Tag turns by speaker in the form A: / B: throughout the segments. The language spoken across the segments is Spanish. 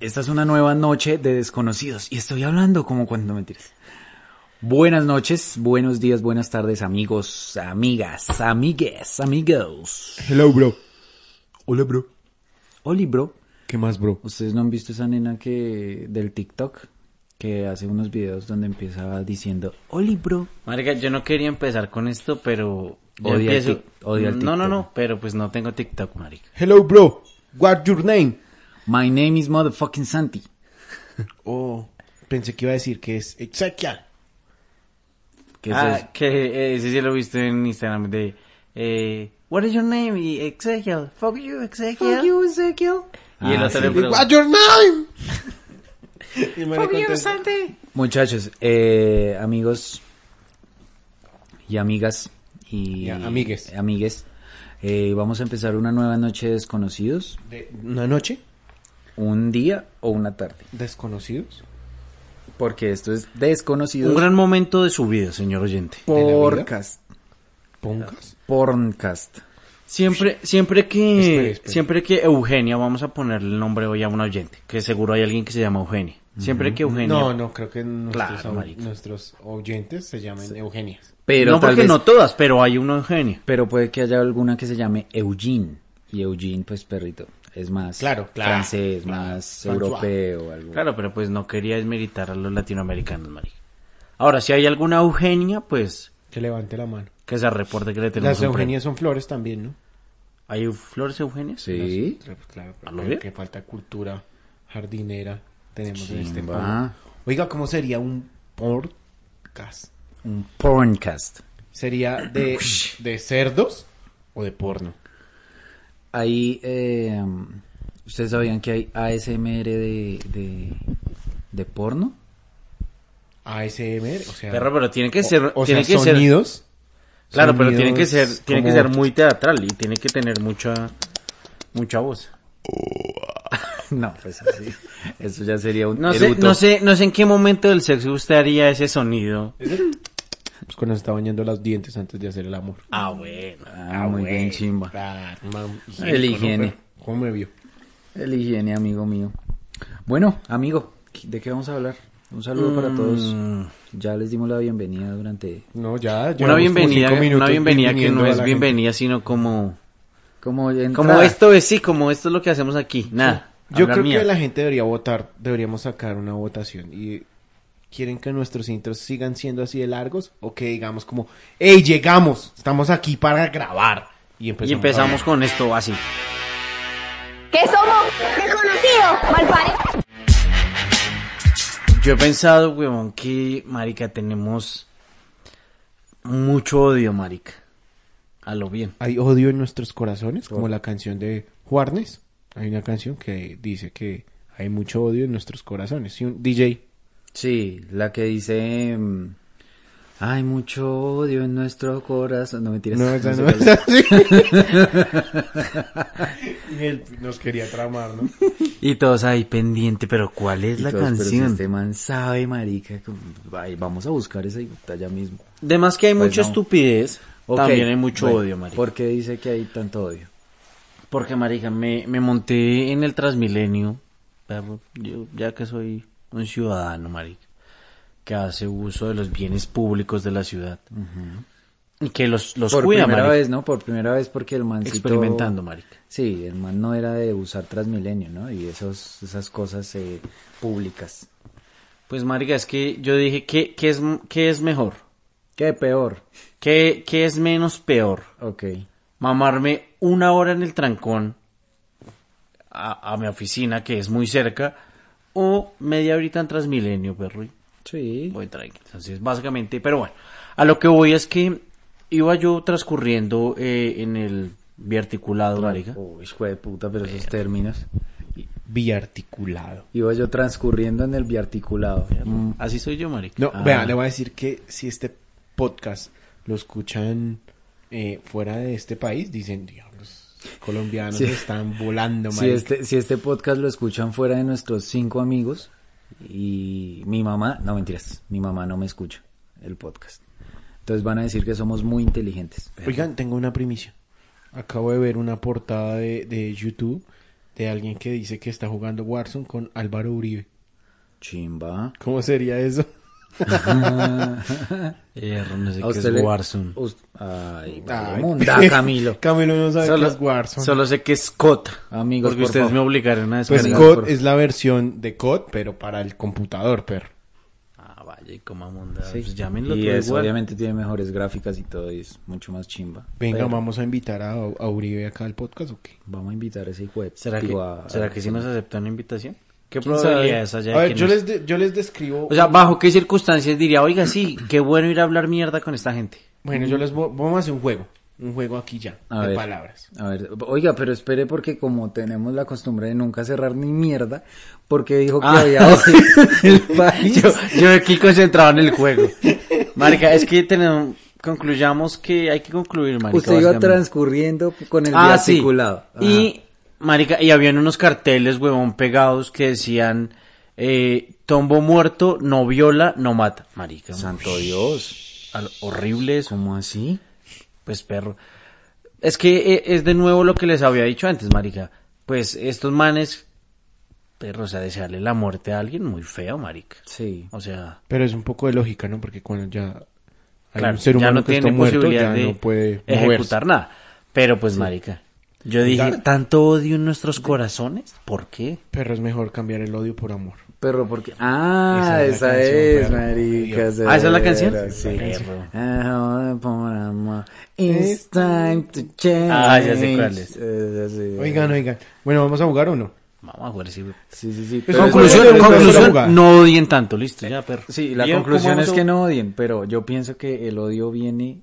A: Esta es una nueva noche de desconocidos y estoy hablando como cuando mentiras. Buenas noches, buenos días, buenas tardes, amigos, amigas, amigues, amigos.
B: Hello, bro. Hola, bro.
A: Oli, bro,
B: ¿Qué más, bro?
A: ¿ustedes no han visto esa nena que del TikTok que hace unos videos donde empieza diciendo Oli, bro?
C: Marica, yo no quería empezar con esto, pero yo
A: Odia el
C: empiezo.
A: tic- odia el
C: no, no,
A: TikTok.
C: no, pero pues no tengo TikTok, marica.
B: Hello, bro. What's your name?
A: My name is motherfucking Santi.
B: Oh, pensé que iba a decir que es Ezequiel.
A: ¿Qué es
C: ah,
A: eso?
C: que eh, ese sí lo he visto en Instagram de eh, What is your name? Y Ezequiel. Fuck you, Ezequiel. Fuck you, Ezequiel. Y el
A: Ah,
C: otro
A: sí.
C: le pregunta.
B: What's your name? Y me
C: Fuck you,
B: contesta,
C: Santi.
A: Muchachos, eh, amigos y amigas y
B: Y amigues.
A: amigues, eh, vamos a empezar una nueva noche de desconocidos,
B: "¿De ¿Una noche?
A: un día o una tarde,
B: ¿Desconocidos?
A: porque esto es desconocidos.
C: Un gran momento de su vida, señor oyente.
A: porcast,
B: ¿Pongas?
A: porncast.
C: Siempre, siempre que,
B: Espere, espere.
C: siempre que Eugenia, vamos a ponerle el nombre hoy a un oyente, que seguro hay alguien que se llama Eugenia. Siempre que Eugenia.
B: No, no, creo que nuestros,
C: Claro,
B: au-
C: marica.
B: nuestros oyentes se llamen Eugenias.
A: Pero
C: no
A: tal
C: porque
A: vez-
C: no todas, pero hay una Eugenia.
A: pero puede que haya alguna que se llame Eugene y Eugene, pues perrito, es más
B: Claro, claro,
A: francés,
B: claro.
A: más
B: François.
A: europeo, algo.
C: Claro, pero pues no quería desmeritar a los latinoamericanos, marica. Ahora, si hay alguna Eugenia, pues
B: Que levante la mano.
C: que se reporte que le
B: Las
C: tenemos un premio.
B: Eugenias son flores también, ¿no?
C: ¿Hay flores Eugenias?
A: Sí.
B: Pues, Claro, Claro,
C: ¿A lo
B: pero
C: bien?
B: que falta cultura jardinera tenemos en este
A: Chimba.
B: país. Oiga, ¿cómo sería un podcast?
A: Un porncast.
B: ¿Sería de, de cerdos o de porno?
A: Ahí, eh, ¿ustedes sabían que hay ASMR de, de, de porno?
B: ASMR, o sea...
C: Perro, pero tiene que ser-
B: O, o
C: tiene
B: sea,
C: que ser-
B: sonidos.
C: Claro, pero
B: sonidos
C: tiene que ser, tiene que
B: como-
C: ser muy teatral y tiene que tener mucha, mucha voz.
A: No, pues así. Eso ya sería un
C: No sé,
A: eruto.
C: no sé, no sé en qué momento del sexo usted haría ese sonido.
B: Pues cuando se está bañando los dientes antes de hacer el amor.
C: Ah, bueno.
A: Ah, muy bien, chimba.
B: Ah, mam-
A: El
B: rico, ¿no?
A: higiene.
B: ¿Cómo me vio?
A: El higiene, amigo mío. Bueno, amigo, ¿de qué vamos a hablar? Un saludo
C: Mm.
A: para todos. Ya les dimos la bienvenida durante...
B: No, ya... llevamos
C: Una
B: como
C: bienvenida,
B: cinco
C: una
B: minutos
C: bienvenida que
B: viniendo
C: no
B: a
C: es
B: la
C: bienvenida, sino como,
A: Como,
C: como esto es, sí, como esto es lo que hacemos aquí. Nada.
B: gente. Yo
C: hablar
B: creo
C: mierda.
B: que la gente debería votar, deberíamos sacar una votación y... ¿Quieren que nuestros intros sigan siendo así de largos? O que digamos como, ¡Ey, llegamos! Estamos aquí para grabar. Y empezamos,
C: Y empezamos con esto así.
D: ¿Qué somos? Desconocidos, malparidos.
C: Yo he pensado, weón, que, marica, tenemos mucho odio, marica. A lo bien.
B: hay odio en nuestros corazones, como la canción de Juarnes. Hay una canción que dice que hay mucho odio en nuestros corazones. Y un DJ,
A: Sí, la que dice... mm, Hay mucho odio en nuestro corazón. No, mentiras.
B: no, esa
A: sé
B: no
A: cuál
B: es
A: es.
B: así. y él nos quería tramar, ¿no?
C: Y todos ahí pendiente, pero ¿cuál es
A: Y
C: la
A: todos, pero si
C: canción?
A: Este man sabe, marica. como- ay, vamos a buscar esa hipota ya mismo.
C: Además que hay
A: Pues
C: mucha
A: no.
C: estupidez,
A: Ok,
C: también hay mucho
A: bueno,
C: odio, marica.
A: ¿Por qué dice que hay tanto odio?
C: Porque, marica, me, me monté en el Transmilenio, perro, yo, ya que soy un ciudadano, marica, que hace uso de los bienes públicos de la ciudad. Y que los, los
A: Por
C: cuida,
A: primera
C: marica.
A: vez, ¿no? Por primera vez porque el mancito...
C: Experimentando, marica.
A: Sí, el man no era de usar Transmilenio, ¿no? Y esos, esas cosas eh, públicas.
C: Pues, marica, es que yo dije, ¿qué, qué es, qué es mejor?
A: ¿Qué peor?
C: ¿Qué, ¿Qué es menos peor?
A: Ok.
C: mamarme una hora en el trancón a, a mi oficina, que es muy cerca, o media horita en Transmilenio, perro. y
A: Sí.
C: Voy tranquilo. Entonces, básicamente, pero bueno, a lo que voy es que iba yo transcurriendo eh, en el biarticulado, marica.
A: Uy, hijo de puta, pero esos términos.
B: Biarticulado.
A: Iba yo transcurriendo en el biarticulado. Mm,
C: Así soy yo, marica.
B: No,
A: Ah.
B: vea, le voy a decir que si este podcast lo escuchan eh, fuera de este país, dicen, diablos, colombianos
A: Sí.
B: están volando,
A: Si
B: marica".
A: este, si este podcast lo escuchan fuera de nuestros cinco amigos y mi mamá, no mentiras, mi mamá no me escucha el podcast. Entonces van a decir que somos muy inteligentes.
B: Oigan, tengo una primicia. Acabo de ver una portada de, de YouTube de alguien que dice que está jugando Warzone con Álvaro Uribe.
A: Chimba.
B: ¿Cómo sería eso?
C: Erro, no sé
A: A
C: qué es
A: usted le-
C: Warzone.
A: Ust- Ay,
B: Ay,
A: munda, Camilo.
B: Camilo no sabe qué es Warzone.
C: solo sé que es Scott.
A: Amigos,
C: porque
A: por
C: ustedes
A: favor.
C: me obligaron a
B: Pues
C: descargar.
A: Cargado
B: COD
A: por-
B: es la versión de COD, pero para el computador, perro.
C: Ah, vaya, y coma munda.
A: Sí.
C: Pues llámenlo
A: y
C: todo
A: eso,
C: igual.
A: obviamente tiene mejores gráficas y todo, y es mucho más chimba.
B: Venga,
A: Pero
B: vamos a invitar a, a Uribe acá al podcast o qué.
A: Vamos a invitar a ese hijo de-
C: ¿Será,
A: digo,
C: que,
A: a-
C: ¿Será que sí nos aceptan la invitación? ¿Qué
A: ¿Quién sabe?
C: probabilidades allá
B: A ver, yo les, de- yo les describo.
C: O sea, ¿bajo qué circunstancias diría? Oiga, sí, qué bueno ir a hablar mierda con esta gente.
B: Bueno, yo les vo- vamos a hacer un juego. Un juego aquí ya,
A: A
B: de
A: ver.
B: palabras.
A: A ver, oiga, pero espere porque como tenemos la costumbre de nunca cerrar ni mierda, porque dijo que
C: Ah.
A: había el país.
C: Yo, yo aquí concentrado en el juego. Marica, es que tenemos, concluyamos que hay que concluir, marica.
A: Usted iba
C: básicamente.
A: transcurriendo con el día
C: Ah, sí.
A: articulado. Ajá.
C: Y, marica, y habían unos carteles, huevón, pegados que decían, eh, tombo muerto, no viola, no mata. Marica,
A: Santo Dios.
C: al- horrible eso.
A: ¿Cómo así?
C: Pues perro. Es que eh, es de nuevo lo que les había dicho antes, marica. Pues estos manes, perro, o sea, desearle la muerte a alguien muy feo, marica.
A: Sí.
C: O sea,
B: Pero es un poco de lógica, ¿no? Porque cuando ya hay
C: claro,
B: un ser
C: ya
B: humano
C: no
B: que
C: tiene
B: está muerto,
C: posibilidad
B: ya
C: de
B: no puede
C: ejecutar nada. Pero pues, marica, yo dije,
B: Ya-
C: ¿tanto odio en nuestros corazones? ¿Por qué?
B: Pero es mejor cambiar el odio por amor.
A: Perro, porque... Ah,
B: Esa
A: esa
B: es
A: es,
B: la
A: marica.
B: canción,
C: Ah, ¿esa es la canción?
A: severa, Sí.
C: Perro.
A: Ah, por amor. It's time to change.
C: Ah, ya sé cuál es.
A: Eh, ya sé.
B: Oigan, oigan. Bueno, ¿vamos a jugar o no?
C: Vamos a jugar así, güey.
A: Sí, sí, sí.
B: Pero
C: Conclusión,
B: espera, espera, espera, espera.
C: conclusión, no odien tanto, listo, ya, perro.
A: Sí, la
C: Bien,
A: conclusión
C: ¿cómo
A: es
C: vamos a-
A: que no odien, pero yo pienso que el odio viene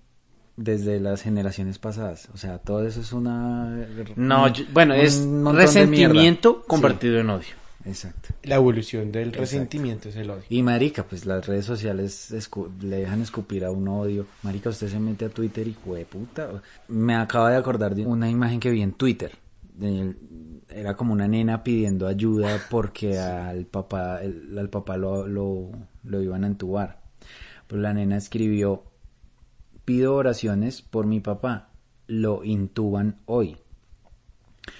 A: desde las generaciones pasadas. O sea, todo eso es una...
C: No,
A: un-
C: yo- bueno,
A: un
C: es
A: montón de
C: resentimiento
A: mierda.
C: convertido en odio.
A: Sí, exacto.
B: La evolución del resentimiento es el odio.
A: Y marica, pues las redes sociales escu- le dejan escupir a un odio. Marica, usted se mete a Twitter y de puta. Me acaba de acordar de una imagen que vi en Twitter. De- Era como una nena pidiendo ayuda porque al papá, el- al papá lo, lo, lo iban a entubar. Pues la nena escribió, pido oraciones por mi papá, lo intuban hoy.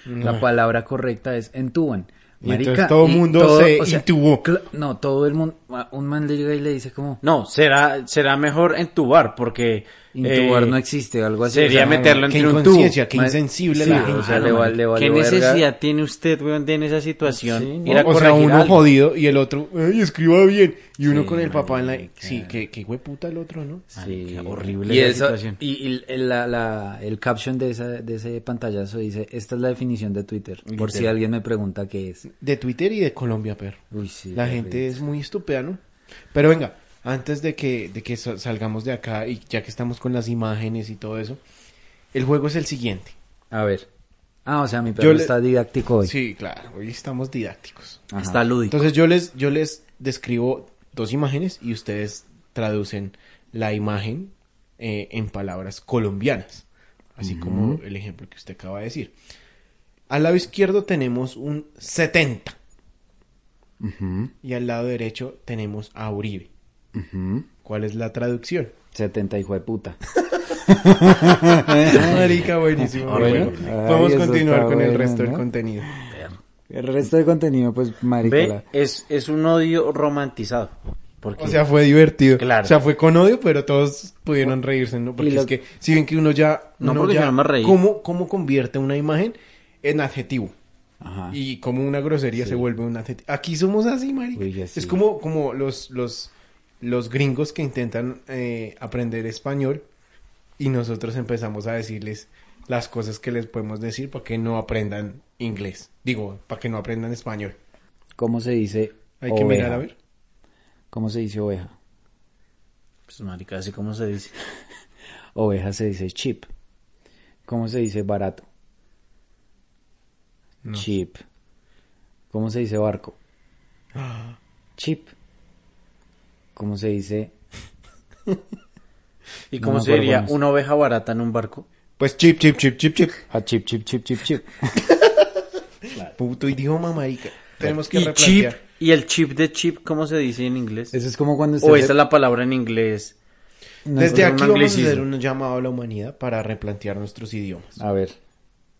A: La palabra correcta es entuban.
B: Y entonces todo
A: y
B: mundo se intubó.
A: cla- No, todo el mundo. a Un man le llega y le dice como.
C: No, será, será mejor entubar, porque...
A: Intubar
C: eh,
A: no existe, o algo así.
C: sería
A: o sea,
C: meterlo
B: qué
C: entre un tubo.
B: inconsciencia, qué
A: Ma-
B: insensible
A: sí,
B: la
A: o
B: gente.
A: sea, le, va- le vale
C: ¿Qué
A: verga.
C: necesidad tiene usted, weón, de en esa situación?
A: Sí,
C: ir a
B: o sea,
C: corregir
B: uno
C: algo?
B: jodido y el otro, ¡ay, escriba bien! Y uno
A: Sí,
B: con el papá en la...
A: marica.
B: Sí, que, que hueputa el otro, ¿no?
A: Sí.
C: Marica, horrible
A: y
C: esa
A: eso-
C: situación.
A: Y, y el- la- la- el caption de, esa, de ese pantallazo dice: Esta es la definición de Twitter. Por si alguien me pregunta qué es.
B: De Twitter y de Colombia, perro.
A: Uy, sí.
B: La
A: horrible.
B: gente es muy estúpida, ¿no? Pero venga, antes de que, de que sa- salgamos de acá y ya que estamos con las imágenes y todo eso, el juego es el siguiente.
A: A ver. Ah, o sea, mi
B: Yo
A: perro
B: le-
A: está didáctico hoy.
B: Sí, claro, hoy estamos didácticos.
A: Ajá.
C: Está lúdico.
B: Entonces yo les, yo les describo dos imágenes y ustedes traducen la imagen eh, en palabras colombianas, así como el ejemplo que usted acaba de decir. Al lado izquierdo tenemos un 70
A: Ujú,
B: y al lado derecho tenemos a Uribe.
A: ujú.
B: ¿Cuál es la traducción?
A: 70 hijo de puta.
B: Marica, buenísimo.
C: Bueno,
B: Bueno,
A: ay,
B: vamos a
A: eso
B: continuar
A: está
B: con el
A: bueno,
B: resto del
A: ¿no?
B: contenido.
A: El resto de contenido, pues, marica.
C: Ve,
A: la-
C: es, es un odio romantizado. Porque
B: O sea, fue divertido.
C: Claro.
B: O sea, fue con odio, pero todos pudieron reírse, ¿no? Porque
A: Y lo-
B: es que, si ven que uno ya...
C: No,
B: uno
C: porque
B: ya-
C: se llama reír.
B: ¿cómo, ¿Cómo convierte una imagen en adjetivo?
C: Ah.
A: Ajá.
B: Y como una grosería se vuelve un adjetivo. Aquí somos así, marica.
A: Uy, ya
B: Es
A: sí.
B: como, como los, los, los gringos que intentan eh, aprender español y nosotros empezamos a decirles las cosas que les podemos decir para que no aprendan inglés. Digo, para que no aprendan español.
A: ¿Cómo se dice
B: Hay que mirar a ver.
A: ¿Cómo se dice oveja?
C: Pues, marica, así como se dice.
A: Oveja se dice chip. ¿Cómo se dice barato? Chip. ¿Cómo se dice barco? Chip. ¿Cómo se dice?
C: ¿Y
A: No
C: cómo
A: me
C: se
A: acuerdo
C: diría
A: cómo es.
C: una oveja barata en un barco?
B: Pues chip, chip, chip, chip, chip.
A: Ah, chip, chip, chip, chip, chip.
B: Puto idioma, marica. Tenemos que
C: y chip,
B: replantear.
C: y el chip de chip, ¿cómo se dice en inglés?
A: Eso es como cuando usted...
C: o
A: se-
C: esa es la palabra en inglés.
A: no, eso-
B: Desde
C: es un
B: aquí vamos a hacer
C: anglicismo.
B: un llamado a la humanidad para replantear nuestros idiomas.
A: A ver.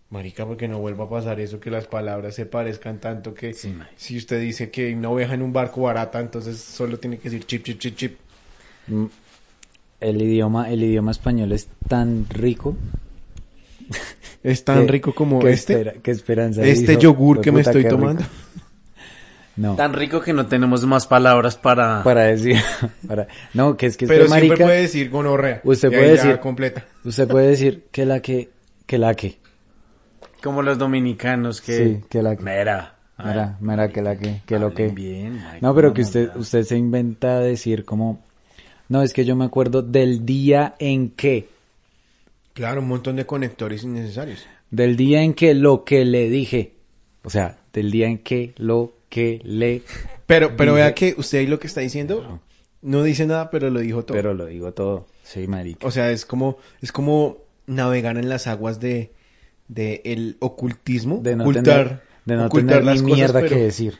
B: Marica, porque no vuelva a pasar eso, que las palabras se parezcan tanto que
A: Sí, marica.
B: si usted dice que hay una oveja en un barco barata, entonces solo tiene que decir chip, chip, chip, chip.
A: Mm, El idioma, el idioma español es tan rico.
B: Es tan
A: que-
B: rico como
A: que
B: este.
A: espera- que esperanza.
B: este
A: dijo,
B: yogur que me
A: "Jueputa,
B: estoy
A: qué rico".
B: tomando.
A: No,
C: Tan rico que no tenemos más palabras para...
A: para decir, para, no, que es que
B: Pero
A: usted,
B: siempre
A: marica,
B: puede decir gonorrea.
A: Usted
B: y ahí
A: puede
B: ya
A: decir-
B: completa.
A: usted puede decir que la que, que la que,
C: Como los dominicanos que...
A: Sí, que la-
C: Mera.
A: mira, mira que la que, que lo que.
C: Ah, eh, Hablen bien, marica,
A: no, pero
C: una
A: que usted,
C: monda.
A: usted se inventa decir como, no, es que yo me acuerdo del día en que,
B: Claro, un montón de conectores innecesarios.
A: del día en que lo que le dije, o sea, del día en que lo que le,
B: Pero, pero vea que usted ahí lo que está diciendo, no dice nada, pero lo dijo todo.
A: pero lo digo todo, sí, marica.
B: O sea, es como, es como navegar en las aguas de, de el ocultismo,
A: De no tener,
B: ocultar,
A: de no
B: ocultar
A: tener ni
B: las cosas,
A: mierda
B: pero-
A: que decir.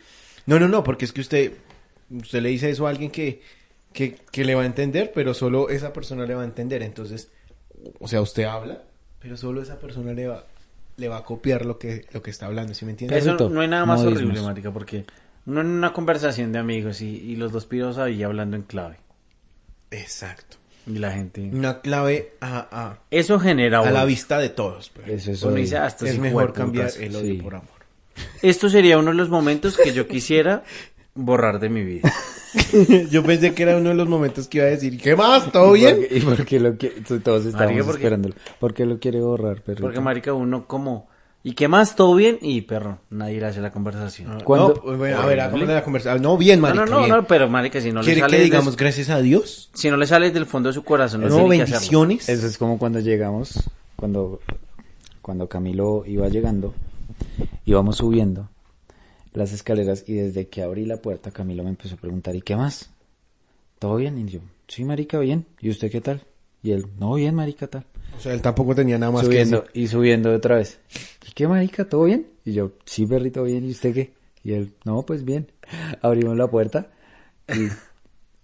B: No, no, no, porque es que usted, usted le dice eso a alguien que, que, que le va a entender, pero solo esa persona le va a entender. Entonces, o sea, usted habla, pero solo esa persona le va, le va a copiar lo que, lo que está hablando, ¿sí me entiende?
C: Eso
A: Perrito,
C: no hay nada más
A: modismos.
C: horrible, marica, porque uno en una conversación de amigos y, y los dos piros ahí hablando en clave.
B: Exacto.
C: Y la gente...
B: Una clave a,
C: Eso genera...
B: a, a la
C: odio.
B: vista de todos. pero
A: Ah, Eso es
C: Uno
A: odio.
C: dice, ah, estos
B: es
C: hijueputas.
B: mejor cambiar el odio
A: sí.
B: por amor.
C: Esto sería uno de los momentos que yo quisiera borrar de mi vida.
B: Yo pensé que era uno de los momentos que iba a decir, ¿qué más? ¿Todo
A: ¿Y por
B: bien?
A: qué- ¿Y por qué lo quiere? Todos estábamos
C: Marica, porque-
A: esperándolo. ¿Por qué lo quiere borrar, perrito?
C: Porque, marica, uno como... ¿Y qué más? ¿Todo bien? Y, perro, nadie le hace la conversación.
A: ¿Cuándo-
B: No, pues, bueno, a ver, hagamos la conversación. No, bien, Ah, marica,
C: no, no,
B: bien.
C: no, no, pero, marica, si no le
B: ¿Quiere
C: sale...
B: que
C: des-
B: digamos gracias a Dios?
C: Si no le sale del fondo de su corazón, no,
B: No,
C: tiene que hacerlo.
B: bendiciones.
A: Eso es como cuando llegamos, cuando, cuando Camilo iba llegando, íbamos subiendo las escaleras y desde que abrí la puerta Camilo me empezó a preguntar, ¿y qué más? ¿Todo bien? Y yo, sí, marica, bien. ¿Y usted qué tal? Y él, no, bien, marica, tal.
B: O sea, él tampoco tenía nada más
A: subiendo
B: que
A: y subiendo otra vez. ¿Y qué, marica, todo bien? Y yo, sí, perrito, bien. ¿Y usted qué? Y él, no, pues bien. Abrimos la puerta y...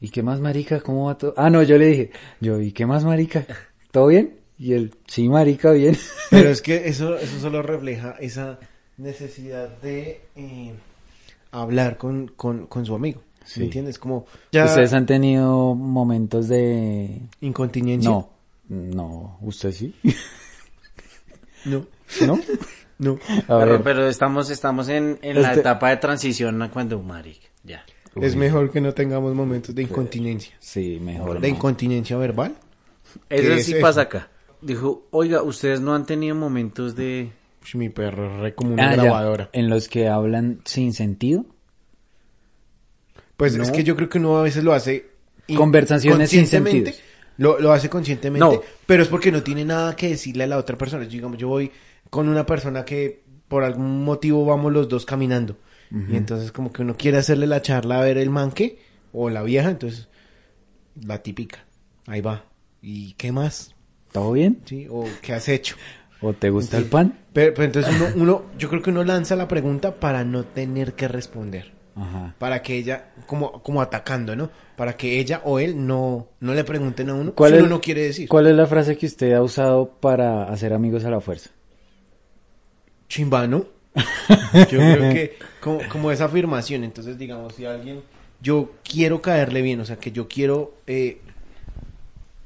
A: ¿Y qué más, marica? ¿Cómo va todo? Ah, no, yo le dije, yo, ¿y qué más, marica? ¿Todo bien? Y él, sí, marica, bien.
B: decir. Pero es que eso, eso solo refleja esa necesidad de eh, hablar con, con, con su amigo. ¿Me
A: Sí.
B: entiendes? Como ya
A: ¿Ustedes han tenido momentos de...?
B: incontinencia.
A: No, no, ¿usted sí?
B: No,
A: ¿No?
B: no.
A: A ver,
C: Pero, pero estamos, estamos en, en la
A: Este-
C: etapa de transición a cuando, marica, ya.
B: Es
A: Uy.
B: mejor que no tengamos momentos de incontinencia.
A: sí, mejor
B: De
A: no.
B: incontinencia verbal.
C: Eso
B: ¿Qué
C: sí
B: es
C: pasa acá. Dijo, oiga, ustedes no han tenido momentos de...
B: Ush, mi perro es re como una
A: Ah, ya,
B: grabadora.
A: ¿En los que hablan sin sentido?
B: Pues es que yo creo que uno a veces lo hace in-
A: Conversaciones sin
B: conscientemente,
A: sentidos.
B: Lo, lo hace conscientemente,
C: No.
B: pero es porque no tiene nada que decirle a la otra persona. Yo, Digamos, yo voy con una persona que por algún motivo vamos los dos caminando. Y entonces como que uno quiere hacerle la charla a ver el manque o la vieja, entonces la típica. Ahí va. ¿Y qué más?
A: ¿Todo bien?
B: ¿Sí? ¿O qué has hecho?
A: ¿O te gusta el pan?
B: Pero, pero entonces uno, uno, yo creo que uno lanza la pregunta para no tener que responder
A: Ajá.
B: para que ella, como, como atacando, ¿no? Para que ella o él no, no le pregunten a uno si
A: es-
B: uno no quiere decir.
A: ¿Cuál es la frase que usted ha usado para hacer amigos a la fuerza?
B: Chimbano. Yo creo que como, como esa afirmación, entonces digamos, si alguien, yo quiero caerle bien, o sea, que yo quiero... eh,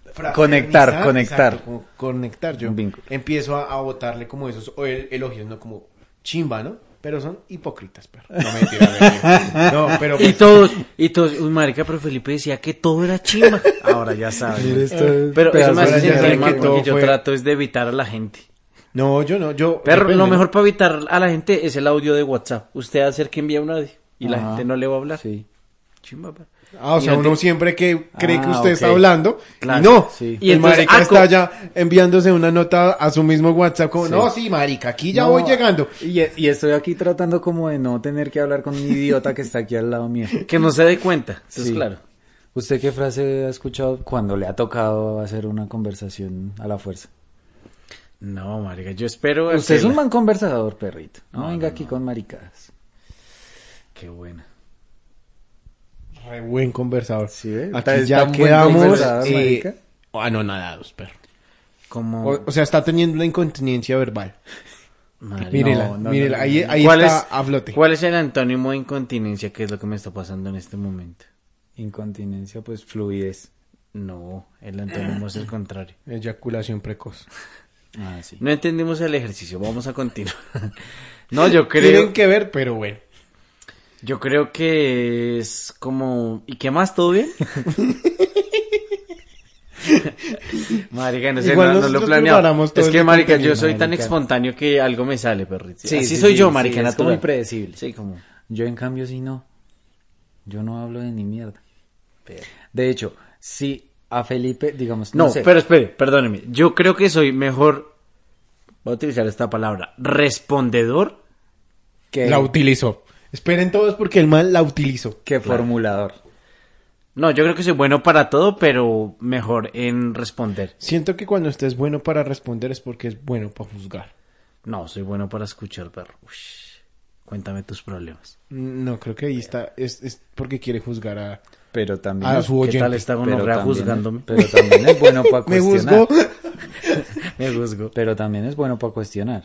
B: fraternizar,
A: Conectar, conectar.
B: exacto, como conectar, yo
A: Un vínculo.
B: empiezo a, a botarle como esos o el- elogios, ¿no? Como chimba, ¿no? Pero son hipócritas, pero no mentira, mentira. No, pero
C: Y
B: pues,
C: todos, y todos, uy, marica, pero Felipe decía que todo era chimba. Ahora ya saben. Eh, Pero eso me hace
B: de
C: sentir
B: mierda
C: mal
B: que todo
C: porque yo
B: fue-
C: trato es de evitar a la gente.
B: No, yo no, yo...
C: Pero
B: depende,
C: lo
B: ¿no?
C: mejor para evitar a la gente es el audio de WhatsApp. Usted hace el que envía un audio y la
A: Ajá.
C: gente no le va a hablar.
A: Ah, Sí.
C: Chimba, pa.
B: Ah, o
C: Y
B: sea,
C: no te-
B: uno siempre que cree que
A: Ah,
B: usted
A: ok.
B: está hablando.
C: Claro,
B: y no,
A: sí.
C: Y
B: el
C: entonces,
B: marica
C: ah,
B: está ya enviándose una nota a su mismo WhatsApp como,
A: Sí.
B: no, sí, marica, aquí ya voy llegando.
A: Y, y estoy aquí tratando como de no tener que hablar con un idiota que está aquí al lado mío.
C: Que no se dé cuenta. Eso es
A: Sí.
C: claro.
A: ¿Usted qué frase ha escuchado cuando le ha tocado hacer una conversación a la fuerza?
C: No, marica, yo espero. a
A: Usted
C: que
A: es un
C: Pues la-
A: buen conversador, perrito. No, venga aquí con maricadas.
C: Qué buena.
B: Re buen conversador.
A: Sí, ¿eh?
B: Aquí
A: Está-
B: ya
A: está muy
B: quedamos
A: conversador, marica. Ah.
B: eh, anonadados, perro.
C: Como.
B: O, o sea, está teniendo una incontinencia verbal.
C: Marica.
B: Mírela,
A: no, no,
B: mírela.
A: no.
B: Ahí, ahí
C: ¿Cuál
B: está
C: es-
B: a flote.
C: ¿Cuál es el antónimo de incontinencia? ¿Qué es lo que me está pasando en este momento?
A: Incontinencia, pues fluidez.
C: No, el antónimo es el contrario.
B: Eyaculación precoz.
A: Ah, sí.
C: No entendimos el ejercicio, vamos a continuar. No, yo creo,
B: Tienen que ver, pero bueno.
C: yo creo que es como... ¿Y qué más? ¿Todo bien? Marica, no sé,
B: Igual
C: no- no,
B: nosotros
C: lo planeamos.
B: preparamos todo
C: Es que,
B: el
C: Marica, yo
B: contenido,
C: soy tan
A: marica.
C: espontáneo que algo me sale, perrito.
A: Sí,
C: Así
A: sí,
C: soy
A: sí,
C: yo,
A: sí,
C: Marica,
A: es como
C: natural.
A: impredecible.
C: Sí, como...
A: Yo en cambio sí no. Yo no hablo de ni mierda. De hecho, si a Felipe, digamos,
C: No,
A: sé,
C: pero espere, perdóneme. Yo creo que soy mejor. Voy a utilizar esta palabra. Respondedor.
A: que,
B: La utilizó. Esperen todos porque el mal la utilizó.
A: que formulador.
C: No, yo creo que soy bueno para todo, pero mejor en responder.
B: Siento que cuando usted es bueno para responder es porque es bueno para juzgar.
C: No, soy bueno para escuchar, perro. Ush. Cuéntame tus problemas.
B: No, creo que ahí está. Es, es porque quiere juzgar a.
A: Pero también.
B: Ah, su-
C: ¿Qué tal
B: oyente,
C: está
A: pero
C: gonorrea
A: también-
C: juzgándome?
A: Pero también es bueno para
B: Me
A: cuestionar.
B: juzgó.
C: Me juzgo.
A: Pero también es bueno para cuestionar.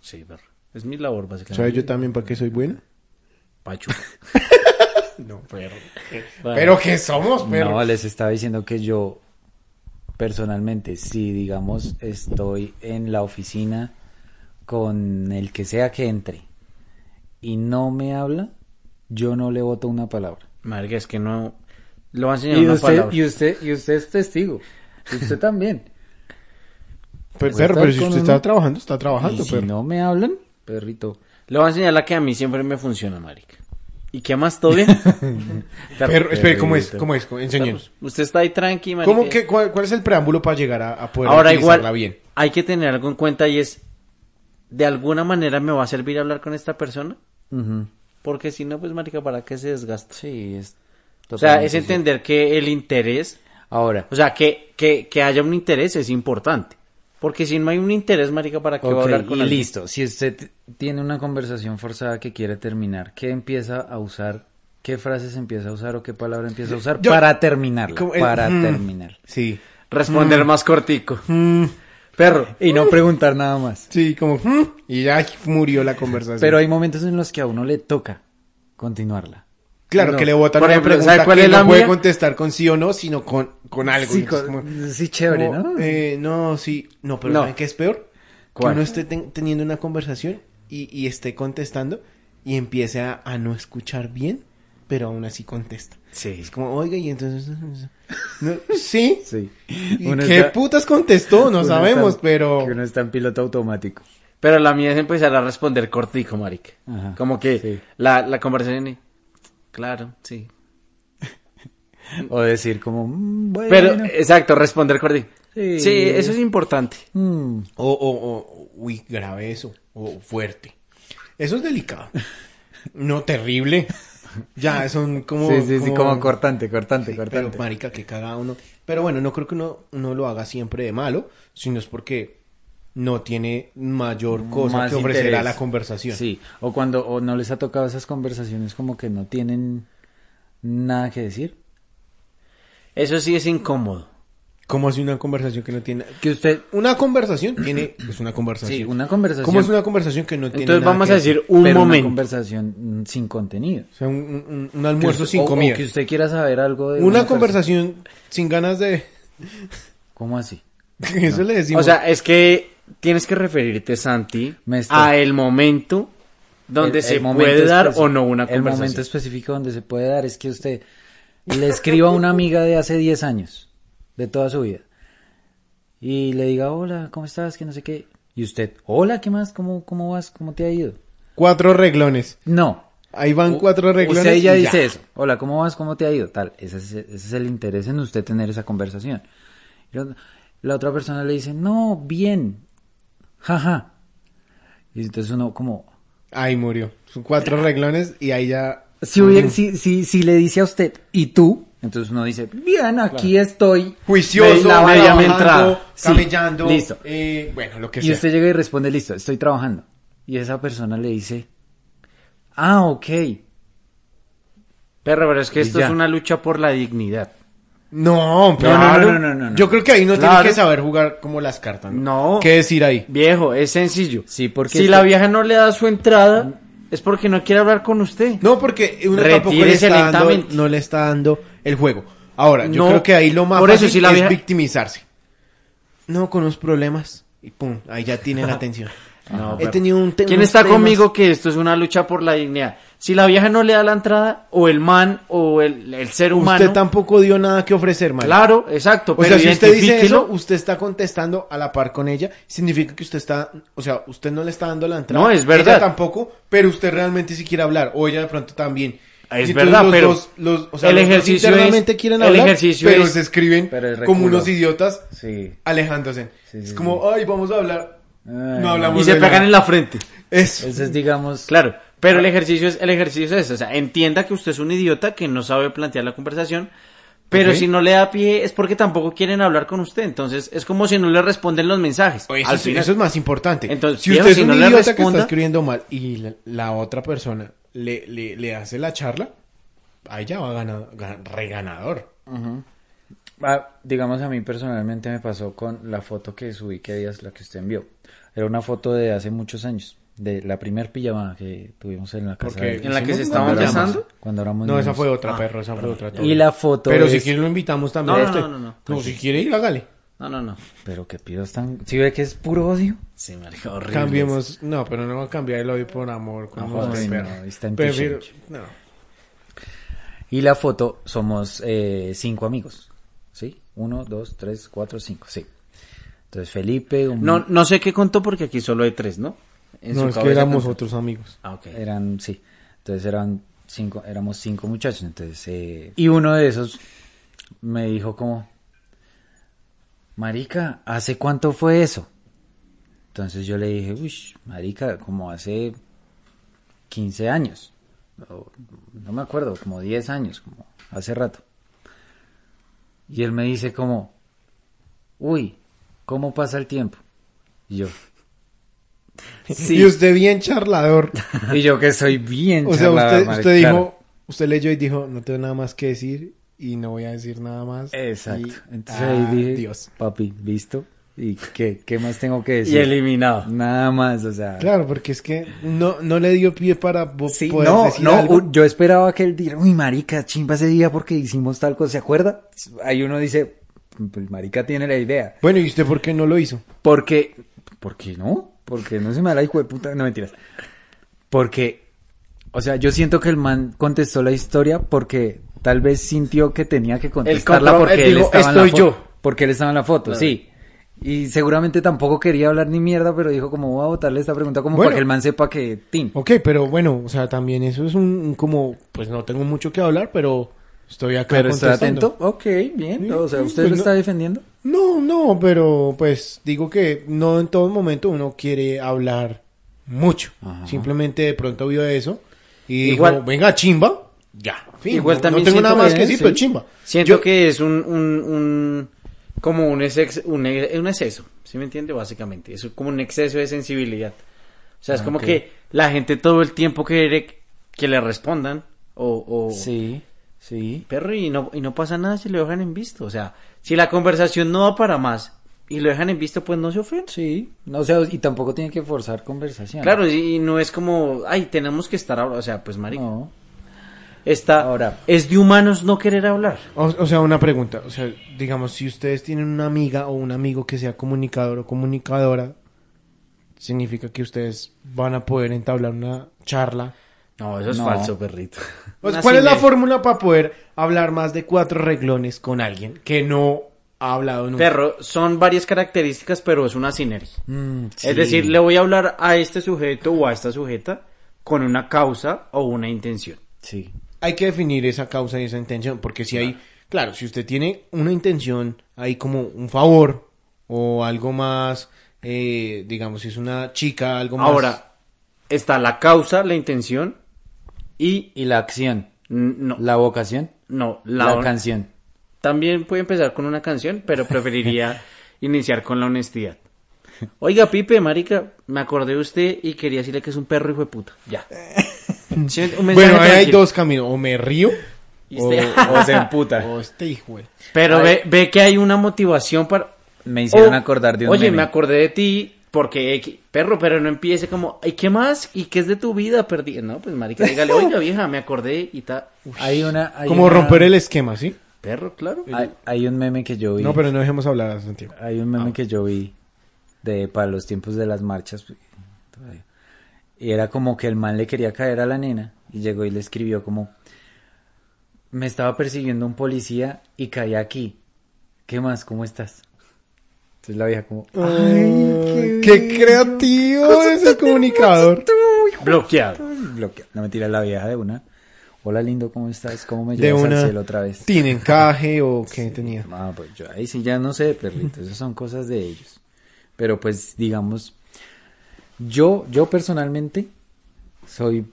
C: Sí, perro. Es mi labor,
B: ¿Sabe
C: básicamente.
B: yo también para qué soy bueno?
C: Pacho.
B: No, pero.
C: Bueno.
B: Pero que somos, pero.
A: No, les estaba diciendo que yo, personalmente, si digamos estoy en la oficina con el que sea que entre y no me habla, yo no le voto una palabra.
C: Marica, es que no. Lo va a enseñar
A: Y
C: una
A: usted,
C: palabra.
A: y usted, y usted es testigo. Y usted también.
B: Pero,
A: Pues
B: pero,
A: estar
B: pero si
A: con
B: usted
A: uno-
B: está trabajando, está
A: Y
B: trabajando,
A: si
B: pero.
A: no me hablan, perrito.
C: Le voy a enseñar la que a mí siempre me funciona, Marica. ¿Y qué más? ¿Todo bien?
B: Pero, espere, ¿cómo es? ¿Cómo es? Enseñenos.
C: pues, Usted está ahí tranqui, Marica.
B: ¿Cómo que, cuál, cuál es el preámbulo para llegar a, a poder
C: Ahora
B: utilizarla
C: igual
B: bien?
C: hay que tener algo en cuenta y es de alguna manera me va a servir hablar con esta persona,
A: Ujú.
C: porque si no pues marica para qué se desgasta.
A: Sí, es.
C: O sea, es
A: totalmente
C: entender que el interés,
A: cierto. Ahora,
C: o sea, que, que, que haya un interés es importante. Porque si no hay un interés, marica, ¿para qué va a
A: Ok,
C: hablar con
A: y
C: alguien?
A: listo. Si usted t- tiene una conversación forzada que quiere terminar, ¿qué empieza a usar? ¿Qué frases empieza a usar o qué palabra empieza a usar
B: Yo-
A: para terminarla?
B: Como el-
A: para
B: mm,
A: terminar.
B: Sí. Mm,
C: Responder más cortico. Perro.
A: Y no preguntar nada más.
B: Sí, como. "Mm", Y ya murió la conversación.
A: Pero hay momentos en los que a uno le toca continuarla.
B: Claro,
C: No.
B: que le botan
C: Por
B: una
C: ejemplo,
B: pregunta
C: ¿sabe cuál
B: que
C: es la
B: no puede
C: mía?
B: contestar con sí o no, sino con, con algo.
A: Sí,
B: Y entonces
A: con-
B: como-
A: sí, chévere,
B: como,
A: ¿no?
B: eh, no, sí. No, pero
C: No.
B: ¿saben qué es peor?
C: ¿Cuál?
B: Que uno esté ten- teniendo una conversación y, y esté contestando y empiece a, a no escuchar bien, pero aún así contesta.
C: Sí.
B: Es como, oiga, y entonces... no, sí.
A: Sí.
B: ¿Y ¿Qué putas contestó? No sabemos, pero...
A: Que uno está en piloto automático.
C: Pero la mía es empezar a responder cortico, marica.
A: Ajá,
C: Como que
A: sí.
C: la, la conversación es, claro, sí.
A: O decir como, mm, bueno.
C: Pero,
B: eh,
C: exacto, responder cortico.
A: Sí.
C: sí, eso es importante.
A: mm,
B: O, o, o, uy, grave eso. O fuerte. Eso es delicado. No terrible. Ya, son como.
A: sí, sí, sí, como cortante, cortante,
B: Sí,
A: cortante.
B: Pero, marica, que caga uno. Pero bueno, no creo que uno, uno lo haga siempre de malo, sino es porque no tiene mayor cosa
A: más
B: que ofrecer a
A: interés.
B: la conversación.
A: Sí, o cuando o no les ha tocado esas conversaciones como que no tienen nada que decir.
C: Eso sí es incómodo.
B: ¿Cómo hace una conversación que no tiene.?
A: Que usted,
B: Una conversación tiene. Es una conversación.
A: sí, una conversación.
B: ¿Cómo es una conversación que no tiene.
C: Entonces
B: nada
C: vamos
B: que
C: a
B: decir?
C: decir un
A: pero
C: momento.
A: Una conversación mm, sin contenido.
B: O sea, un, un- un
A: Que
B: almuerzo
A: usted-
B: sin
A: o- o
B: comida.
A: que usted quiera saber algo de.
B: Una
A: conversación.
B: conversación sin ganas de.
A: ¿Cómo así?
B: Eso le decimos.
C: o sea, es que tienes que referirte, Santi,
A: Me estoy-
C: a el momento donde
A: El-
C: se
A: el momento
C: puede dar
A: especi-
C: o no una
A: El momento
C: conversación.
A: específico donde se puede dar es que usted le escriba a una amiga de hace 10 años, de toda su vida, y le diga, hola, ¿cómo estás? Que no sé qué. Y usted, hola, ¿qué más? ¿Cómo, cómo vas? ¿Cómo te ha ido?
B: cuatro reglones.
A: No.
B: Ahí van cuatro reglones.
A: Usted ya
B: y
A: dice eso. Hola, ¿cómo vas? ¿Cómo te ha ido? Tal. Ese es, ese es el interés en usted tener esa conversación. Y la- La otra persona le dice, no, bien. Jaja. Y entonces uno como,
B: Ahí murió. Son cuatro reglones y ahí ya.
A: Si, hubiera- si, si, si le dice a usted, ¿y tú? Entonces uno dice, bien, aquí estoy.
B: Juicioso,
A: la- la-
B: trabajando,
C: entrada.
A: Sí,
B: camellando.
A: listo.
B: eh, bueno, lo que
A: Y
B: sea.
A: usted llega y responde, listo, estoy trabajando. Y esa persona le dice, ah, ok.
C: Perro, pero es que esto
A: Y ya.
C: es una lucha por la dignidad.
B: No, pero
A: no, no, no, no, no.
B: Yo creo que ahí no
C: Claro.
B: tiene que saber jugar como las cartas.
C: No.
B: ¿Qué decir ahí?
C: Viejo, es sencillo.
A: Sí, porque
C: si
A: está-
C: la vieja no le da su entrada, es porque no quiere hablar con usted.
B: No, porque uno tampoco le
C: Retírese
B: está, dando,
C: lentamente.
B: no le está dando el juego. Ahora, yo
C: No,
B: creo que ahí lo más
C: por eso,
B: fácil
C: si la
B: es
C: vieja-
B: victimizarse. No, con unos problemas. Y pum, ahí ya tiene la atención.
C: No,
B: He
C: pero-
B: tenido un te-
C: ¿Quién
B: unos
C: está
B: temas-
C: conmigo que esto es una lucha por la dignidad? Si la vieja no le da la entrada, o el man, o el, el ser humano.
B: Usted tampoco dio nada que ofrecer, man.
C: Claro, exacto.
B: O sea,
C: Pero
B: si usted dice
C: identifíquelo.
B: eso, usted está contestando a la par con ella, significa que usted está, o sea, usted no le está dando la entrada.
C: No, es verdad.
B: Ella tampoco, pero usted realmente sí quiere hablar, o ella de pronto también.
C: Es
B: Y entonces
C: verdad,
B: los
C: pero
B: dos- los- o sea,
C: el
B: los dos
C: ejercicio
B: internamente
C: es-
B: quieren
C: el
B: hablar,
C: ejercicio
B: pero
C: es-
B: se escriben
A: Pero el
B: como
A: reculo.
B: unos idiotas
A: Sí.
B: alejándose.
A: Sí,
B: es
A: sí,
B: como, ay, vamos a hablar. no
A: no.
B: hablamos
C: Y se
B: de
C: pegan
B: nada.
C: en la frente.
B: Eso.
A: Ese es, digamos...
C: Claro, pero el ejercicio es el ejercicio es, ese, o sea, entienda que usted es un idiota que no sabe plantear la conversación, pero
B: Ok.
C: si no le da pie es porque tampoco quieren hablar con usted, entonces es como si no le responden los mensajes.
B: Eso,
C: Al
B: es-
C: final-
B: eso es más importante.
C: Entonces,
B: si
C: viejo,
B: usted es
C: si
B: un
C: no le
B: idiota que está
C: responda-
B: escribiendo mal y la, la otra persona le, le, le hace la charla, ahí ya va ganado, gan- reganador.
A: Ah, digamos, a mí personalmente me pasó con la foto que subí que días, la que usted envió. Era una foto de hace muchos años, de la primer pijamada que tuvimos en la casa.
B: Porque-
A: de-
C: en la que
B: Hicimos
C: se
B: un
C: estaban
A: programa.
C: casando.
A: Cuando éramos
B: No, esa
A: niños.
B: fue otra, perro, esa fue otra.
A: Y la foto
B: Pero
A: es-
B: si quiere lo invitamos también
C: Ah,
B: a
C: No, no,
B: usted.
C: no, no,
B: No, si quiere ir, hágale.
C: No, no, no.
A: Pero que pidos tan... Si ve que es puro odio?
C: Sí, marica, horrible.
B: Cambiemos. No, pero no va a cambiar el odio por amor. Con
A: No,
B: usted,
A: ay,
B: perro.
A: no, está en
B: Prefiero-
A: pichón.
B: no.
A: Y la foto somos eh, cinco amigos, ¿sí? Uno, dos, tres, cuatro, cinco, sí. Entonces Felipe, un-
C: No no sé qué contó porque aquí solo hay tres, ¿no? En
B: No,
C: su
B: es que
C: cabeza
B: éramos
C: contó.
B: otros amigos.
C: Ah, ok.
A: eran, sí, entonces eran cinco, éramos cinco muchachos, entonces, eh, y uno de esos me dijo como, marica, ¿hace cuánto fue eso? Entonces yo le dije, uy, marica, como hace 15 años, o no me acuerdo, como 10 años, como hace rato. Y él me dice como, uy, ¿cómo pasa el tiempo? Y yo,
B: Y usted bien charlador.
A: y yo que soy bien
B: O sea,
A: charlador,
B: usted,
A: marica,
B: usted
A: claro.
B: dijo, usted leyó y dijo, no tengo nada más que decir y no voy a decir nada más.
A: Exacto.
B: Y- ah,
A: Entonces ahí dije,
B: Dios.
A: papi, listo. ¿Y qué, qué más tengo que decir?
C: Y eliminado.
A: Nada más, o sea.
B: Claro, porque es que no, no le dio pie para vo-
A: "Ah". Sí,
B: poder
A: no,
B: decir
A: no,
B: algo.
A: u- yo esperaba que él diga, uy, marica, chimba ese día porque hicimos tal cosa, ¿se acuerda? Ahí uno dice, "Pues, marica tiene la idea.
B: Bueno, ¿y usted por qué no lo hizo?
A: Porque, ¿por qué no? Porque no se me da la hijo de puta, no mentiras. Porque, o sea, yo siento que el man contestó la historia porque tal vez sintió que tenía que contestarla
C: compro-
A: porque
C: él
A: él,
C: dijo,
A: estaba en la
C: "Estoy
A: foto.
C: yo".
A: Porque él estaba en la foto,
C: Claro.
A: sí. Y seguramente tampoco quería hablar ni mierda, pero dijo como voy a botarle esta pregunta como
B: Bueno.
A: para que el man sepa que Tim.
B: Ok, pero bueno, o sea, también eso es un, un como, pues no tengo mucho que hablar, pero estoy acá
A: Pero está
B: contestando.
A: atento. Ok, bien.
B: Sí,
A: O sea,
B: sí,
A: ¿usted
B: pues
A: lo
B: no-
A: está defendiendo?
B: No, no, pero pues digo que no en todo momento uno quiere hablar mucho. Simplemente de pronto vio eso y
C: Igual-
B: dijo, venga, chimba, ya. Fin,
C: Igual
B: no,
C: también
B: no tengo nada
C: siento
B: más que
C: que-
B: decir,
C: sí.
B: pero chimba.
C: Siento
B: Yo-
C: que es un, un, un como un, ex- un, ex- un exceso, ¿sí me entiende? Básicamente, es como un exceso de sensibilidad. O sea, es
B: Ah,
C: como que la gente todo el tiempo quiere que le respondan o, o
A: Sí, sí.
C: perro y no, y no pasa nada si lo dejan en visto. O sea, si la conversación no va para más y lo dejan en visto, pues no se ofende.
A: Sí. No, o sea, y tampoco tiene que forzar conversación.
C: Claro, y y Ah, no es como, ay, tenemos que estar ahora. O sea, pues marica,
A: No.
C: está,
A: Ahora.
C: es de humanos no querer hablar.
B: O, o sea, una pregunta. O sea, digamos, si ustedes tienen una amiga o un amigo que sea comunicador o comunicadora, significa que ustedes van a poder entablar una charla.
C: No, eso es
A: No.
C: falso, perrito.
B: Pues,
C: Una
B: ¿Cuál es la
C: sinergia.
B: fórmula para poder hablar más de cuatro reglones con alguien que no ha hablado nunca?
C: Perro, son varias características, pero es una sinergia.
A: Mm,
C: Es decir, le voy a hablar a este sujeto o a esta sujeta con una causa o una intención.
A: sí.
B: Hay que definir esa causa y esa intención, porque si hay, claro, si usted tiene una intención, hay como un favor o algo más, eh, digamos, si es una chica, algo más.
C: Ahora, está la causa, la intención y
A: Y la acción.
C: n- no,
A: La vocación.
C: no,
A: La,
C: la,
A: canción.
C: También puede empezar con una canción, pero preferiría iniciar con la honestidad. Oiga, Pipe, marica, me acordé de usted y quería decirle que es un perro hijo de puta. Ya. Sí, un mensaje
B: Bueno, ahí hay
C: tranquilo.
B: dos caminos, o me río
C: Y
B: O,
C: este-
B: o se emputa.
A: O
B: este hijo.
C: Pero ve, ve que hay una motivación para...
A: Me hicieron
C: O-
A: acordar de un
C: Oh, Oye,
A: meme.
C: me acordé de ti porque, X- perro, pero no empiece como, ¿y qué más? ¿Y qué es de tu vida? Perdí. No, pues marica, dígale, oiga vieja, me acordé y tal.
A: Hay una... hay
B: Como
A: una-
B: romper el esquema, ¿sí?
C: Perro, claro.
A: Hay, hay un meme que yo vi.
B: No, pero no dejemos hablar a Santiago.
A: Hay un
C: Ah.
A: meme que yo vi de para los tiempos de las marchas. todavía, Y era como que el man le quería caer a la nena y llegó y le escribió como me estaba persiguiendo un policía y caí aquí. ¿Qué más? ¿Cómo estás? Entonces la vieja como
B: Ay, qué, creativo ese comunicador.
C: Bloqueado.
A: bloquea. No me tira la vieja de una. Hola lindo, ¿cómo estás? ¿Cómo me
B: De
A: llevas al
B: una
A: cielo otra vez?
B: tiene encaje o qué tenía.
A: Ah, pues yo ahí sí ya no sé, perrito, esas son cosas de ellos. Pero pues digamos, yo, yo personalmente soy